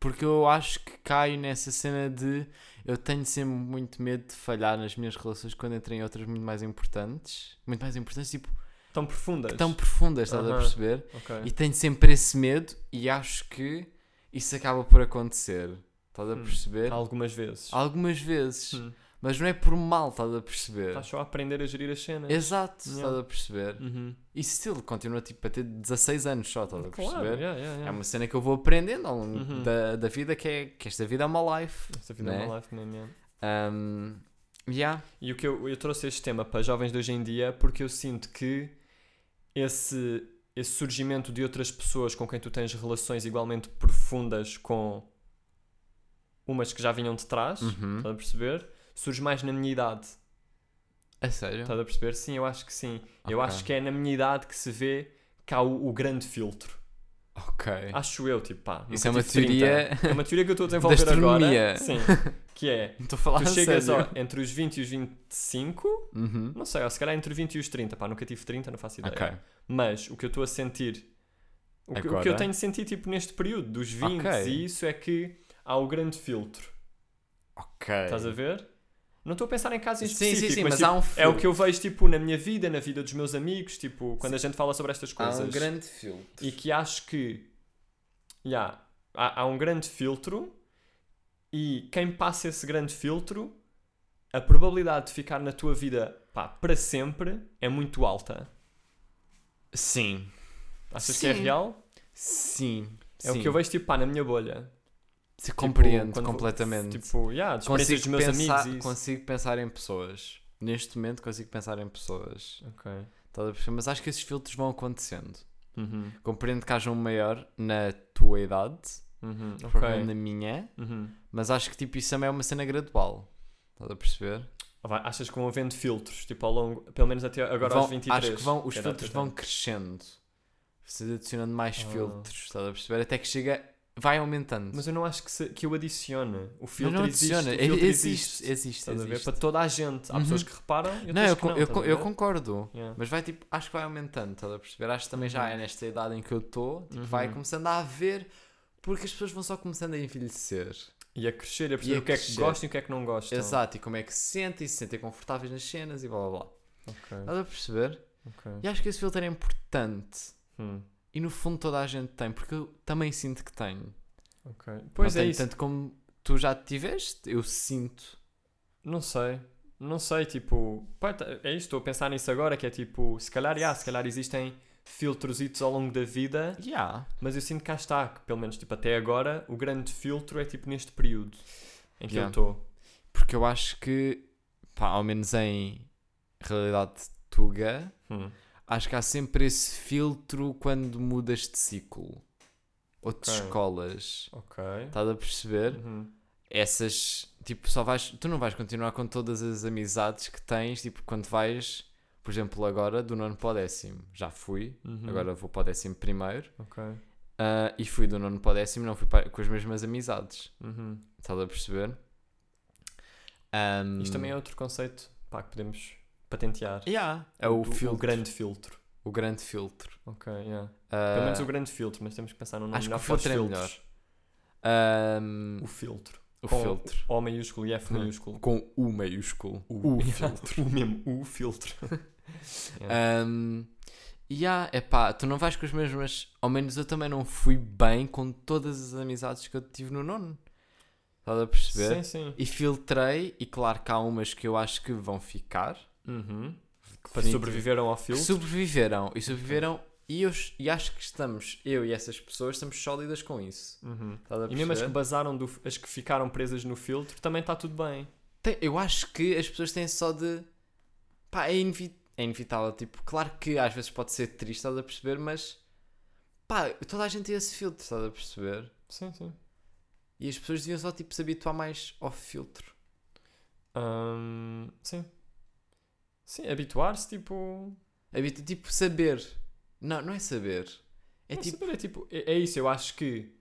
[SPEAKER 2] Porque eu acho que caio nessa cena de eu tenho sempre muito medo de falhar nas minhas relações quando entro em outras muito mais importantes. Muito mais importantes, tipo,
[SPEAKER 1] tão profundas.
[SPEAKER 2] tão profundas, estás a
[SPEAKER 1] Aham.
[SPEAKER 2] perceber?
[SPEAKER 1] Ok.
[SPEAKER 2] E tenho sempre esse medo e acho que isso acaba por acontecer. Estás a
[SPEAKER 1] Hum.
[SPEAKER 2] perceber?
[SPEAKER 1] Algumas vezes.
[SPEAKER 2] Algumas vezes.
[SPEAKER 1] Hum.
[SPEAKER 2] Mas não é por mal, estás a perceber?
[SPEAKER 1] Estás só a aprender a gerir as cenas.
[SPEAKER 2] Exato,
[SPEAKER 1] Yeah.
[SPEAKER 2] estás a perceber?
[SPEAKER 1] Uhum.
[SPEAKER 2] E still continua tipo a ter 16 anos só, estás a perceber?
[SPEAKER 1] Claro, yeah, yeah, yeah.
[SPEAKER 2] É uma cena que eu vou aprendendo ao longo
[SPEAKER 1] Uhum.
[SPEAKER 2] da, da vida, que é que esta vida é uma life.
[SPEAKER 1] Esta vida é
[SPEAKER 2] né?
[SPEAKER 1] uma live mesmo. yeah.
[SPEAKER 2] Um, yeah.
[SPEAKER 1] E o que eu, eu trouxe este tema para jovens de hoje em dia porque eu sinto que esse, esse surgimento de outras pessoas com quem tu tens relações igualmente profundas com umas que já vinham de trás,
[SPEAKER 2] Uhum.
[SPEAKER 1] estás a perceber? Surge mais na minha idade. É
[SPEAKER 2] A sério?
[SPEAKER 1] Estás a perceber? Sim, eu acho que sim. Eu
[SPEAKER 2] Ok.
[SPEAKER 1] acho que é na minha idade que se vê cá o, o grande filtro.
[SPEAKER 2] Ok.
[SPEAKER 1] Acho eu, tipo, pá.
[SPEAKER 2] É. Isso
[SPEAKER 1] nunca
[SPEAKER 2] é uma
[SPEAKER 1] tive 30.
[SPEAKER 2] teoria-
[SPEAKER 1] É uma teoria que eu estou a desenvolver
[SPEAKER 2] Da astronomia.
[SPEAKER 1] agora. Sim. Que é.
[SPEAKER 2] Estou a falar
[SPEAKER 1] Tu
[SPEAKER 2] a
[SPEAKER 1] chegas
[SPEAKER 2] Ah, sério.
[SPEAKER 1] ó, entre os 20 e os 25,
[SPEAKER 2] Uhum.
[SPEAKER 1] não sei, ó, se calhar entre os 20 e os 30, pá, nunca tive 30, não faço ideia.
[SPEAKER 2] Ok.
[SPEAKER 1] Mas o que eu estou a sentir, o que, o que
[SPEAKER 2] Agora?
[SPEAKER 1] eu tenho sentido tipo neste período dos 20
[SPEAKER 2] Ok.
[SPEAKER 1] e isso é que há o grande filtro,
[SPEAKER 2] Ok.
[SPEAKER 1] estás a ver? Não estou a pensar em casos em
[SPEAKER 2] Sim, sim,
[SPEAKER 1] específico,
[SPEAKER 2] sim,
[SPEAKER 1] mas,
[SPEAKER 2] mas
[SPEAKER 1] tipo,
[SPEAKER 2] há um
[SPEAKER 1] é o
[SPEAKER 2] filtro.
[SPEAKER 1] que eu vejo tipo na minha vida, na vida dos meus amigos, tipo, quando a gente fala sobre estas
[SPEAKER 2] Há
[SPEAKER 1] coisas
[SPEAKER 2] um grande filme.
[SPEAKER 1] e que acho que yeah, há, há um grande filtro e quem passa esse grande filtro a probabilidade de ficar na tua vida pá, para sempre é muito alta
[SPEAKER 2] Sim.
[SPEAKER 1] achas que é
[SPEAKER 2] Sim.
[SPEAKER 1] real?
[SPEAKER 2] Sim.
[SPEAKER 1] é o que eu vejo tipo pá, na minha bolha
[SPEAKER 2] Te
[SPEAKER 1] Tipo,
[SPEAKER 2] compreendo
[SPEAKER 1] quando vou-
[SPEAKER 2] completamente.
[SPEAKER 1] tipo, yeah, de
[SPEAKER 2] consigo,
[SPEAKER 1] experiências dos meus
[SPEAKER 2] pensar,
[SPEAKER 1] amigos e isso.
[SPEAKER 2] consigo pensar em pessoas. Neste momento consigo pensar em pessoas.
[SPEAKER 1] Ok.
[SPEAKER 2] Estás a perceber? Mas acho que esses filtros vão acontecendo.
[SPEAKER 1] Uhum,
[SPEAKER 2] Compreendo que haja um maior na tua idade,
[SPEAKER 1] uhum, ok.
[SPEAKER 2] provavelmente na minha.
[SPEAKER 1] Uhum.
[SPEAKER 2] Mas acho que tipo, isso também é uma cena gradual. Estás a perceber?
[SPEAKER 1] Vai, achas que vão havendo filtros tipo ao longo pelo menos até agora
[SPEAKER 2] Vão-
[SPEAKER 1] aos 23
[SPEAKER 2] Acho que vão, os
[SPEAKER 1] é a
[SPEAKER 2] filtros
[SPEAKER 1] data,
[SPEAKER 2] vão
[SPEAKER 1] tá?
[SPEAKER 2] crescendo. Se adicionando mais
[SPEAKER 1] Ah.
[SPEAKER 2] filtros, estás a perceber? Até que chega. Vai aumentando.
[SPEAKER 1] mas eu não acho que, se- que eu adicione o
[SPEAKER 2] Mas
[SPEAKER 1] filtro
[SPEAKER 2] não
[SPEAKER 1] existe,
[SPEAKER 2] adiciona.
[SPEAKER 1] o
[SPEAKER 2] E-
[SPEAKER 1] filtro
[SPEAKER 2] Existe, existe.
[SPEAKER 1] Estás a ver?
[SPEAKER 2] existe.
[SPEAKER 1] Para toda a gente. Há
[SPEAKER 2] Uhum.
[SPEAKER 1] pessoas que reparam e
[SPEAKER 2] Não,
[SPEAKER 1] outras
[SPEAKER 2] eu,
[SPEAKER 1] que
[SPEAKER 2] con-
[SPEAKER 1] não.
[SPEAKER 2] eu,
[SPEAKER 1] estás
[SPEAKER 2] con-
[SPEAKER 1] a
[SPEAKER 2] eu
[SPEAKER 1] ver?
[SPEAKER 2] concordo.
[SPEAKER 1] Yeah.
[SPEAKER 2] Mas vai tipo, acho que vai aumentando, estás a perceber? Acho que também já é nesta idade em que eu estou, tipo,
[SPEAKER 1] Uhum.
[SPEAKER 2] vai começando a haver, porque as pessoas vão só começando a envelhecer.
[SPEAKER 1] E a crescer, e a perceber
[SPEAKER 2] a
[SPEAKER 1] o que é que
[SPEAKER 2] crescer.
[SPEAKER 1] gostam e o que é que não gostam.
[SPEAKER 2] Exato, e como é que se sentem, e se sentem confortáveis nas cenas e blá blá blá.
[SPEAKER 1] Uhum. Ok,
[SPEAKER 2] Estás a perceber?
[SPEAKER 1] ok.
[SPEAKER 2] E acho que esse filtro é importante.
[SPEAKER 1] Hum,
[SPEAKER 2] E no fundo toda a gente tem, porque eu também sinto que tenho.
[SPEAKER 1] ok. Pois
[SPEAKER 2] Não
[SPEAKER 1] é
[SPEAKER 2] tenho
[SPEAKER 1] isso.
[SPEAKER 2] Tanto como tu já tiveste, eu sinto.
[SPEAKER 1] Não sei. Não sei, tipo. pá, tá- é isto, estou a pensar nisso agora, que é tipo, se calhar, yeah, se calhar existem filtrositos ao longo da vida,
[SPEAKER 2] Yeah.
[SPEAKER 1] mas eu sinto que cá está, que pelo menos tipo, até agora, o grande filtro é tipo neste período em que eu
[SPEAKER 2] Yeah.
[SPEAKER 1] estou.
[SPEAKER 2] Porque eu acho que, pá, ao menos em realidade tuga,
[SPEAKER 1] Hum.
[SPEAKER 2] acho que há sempre esse filtro quando mudas de ciclo ou de
[SPEAKER 1] Ok.
[SPEAKER 2] escolas.
[SPEAKER 1] Ok.
[SPEAKER 2] Estás a perceber?
[SPEAKER 1] Uhum.
[SPEAKER 2] Essas, tipo, só vais. Tu não vais continuar com todas as amizades que tens, tipo, quando vais, por exemplo, agora do nono para o décimo. Já fui,
[SPEAKER 1] Uhum.
[SPEAKER 2] agora vou para o décimo primeiro.
[SPEAKER 1] Ok.
[SPEAKER 2] Ah, e fui do nono para o décimo, não fui para- com as mesmas amizades.
[SPEAKER 1] Uhum.
[SPEAKER 2] Estás a perceber?
[SPEAKER 1] Isto também é outro conceito pá, que podemos patentear.
[SPEAKER 2] Yeah, é Hum. o,
[SPEAKER 1] Do-
[SPEAKER 2] filtro,
[SPEAKER 1] o grande filtro.
[SPEAKER 2] o grande filtro.
[SPEAKER 1] Ok, yeah.
[SPEAKER 2] Ah,
[SPEAKER 1] Pelo menos o grande filtro, mas temos que pensar no nome
[SPEAKER 2] acho que
[SPEAKER 1] melhor
[SPEAKER 2] o
[SPEAKER 1] para os
[SPEAKER 2] filtro é melhor.
[SPEAKER 1] filtros.
[SPEAKER 2] Ah, ahm,
[SPEAKER 1] O filtro.
[SPEAKER 2] o
[SPEAKER 1] com-
[SPEAKER 2] filtro.
[SPEAKER 1] O maiúsculo e
[SPEAKER 2] Hum.
[SPEAKER 1] F maiúsculo.
[SPEAKER 2] Com U maiúsculo.
[SPEAKER 1] O,
[SPEAKER 2] U
[SPEAKER 1] filtro. o mesmo, o filtro.
[SPEAKER 2] Um, e há, é pá, tu não vais com as mesmas. Ao menos eu também não fui bem com todas as amizades que eu tive no nono. Estás a perceber?
[SPEAKER 1] Sim, sim.
[SPEAKER 2] E filtrei, e claro que há umas que eu acho que vão ficar.
[SPEAKER 1] Uhum. Que
[SPEAKER 2] Sim, sim.
[SPEAKER 1] sobreviveram ao
[SPEAKER 2] Que
[SPEAKER 1] filtro.
[SPEAKER 2] sobreviveram, e sobreviveram, e, eu, e acho que estamos, eu e essas pessoas, estamos sólidas com isso.
[SPEAKER 1] Uhum.
[SPEAKER 2] Estás a
[SPEAKER 1] E mesmo as que
[SPEAKER 2] perceber?
[SPEAKER 1] basaram, do, as que ficaram presas no filtro, também está tudo bem.
[SPEAKER 2] Tem- eu acho que as pessoas têm só de. Pá, é, inevi- é inevitável. Tipo, claro que às vezes pode ser triste, estás a perceber, mas. Pá, toda a gente tem esse filtro, estás a perceber?
[SPEAKER 1] Sim, sim.
[SPEAKER 2] E as pessoas deviam só tipo se habituar mais ao filtro.
[SPEAKER 1] Ahm, sim. Sim, habituar-se, tipo.
[SPEAKER 2] Habitu tipo saber. Não, não é saber. É
[SPEAKER 1] É
[SPEAKER 2] tipo,
[SPEAKER 1] tipo, é, tipo é, é isso, eu acho que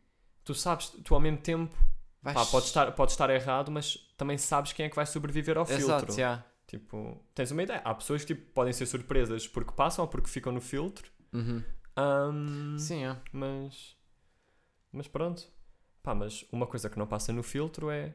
[SPEAKER 1] tu sabes, tu ao mesmo tempo,
[SPEAKER 2] vais
[SPEAKER 1] pá, pode estar, pode estar errado, mas também sabes quem é que vai sobreviver ao
[SPEAKER 2] Exato,
[SPEAKER 1] filtro.
[SPEAKER 2] já.
[SPEAKER 1] Tipo, tens uma ideia. Há pessoas que tipo, podem ser surpresas porque passam ou porque ficam no filtro.
[SPEAKER 2] Uhum.
[SPEAKER 1] Ahm,
[SPEAKER 2] Sim, é.
[SPEAKER 1] Mas. Mas pronto. Pá, mas uma coisa que não passa no filtro é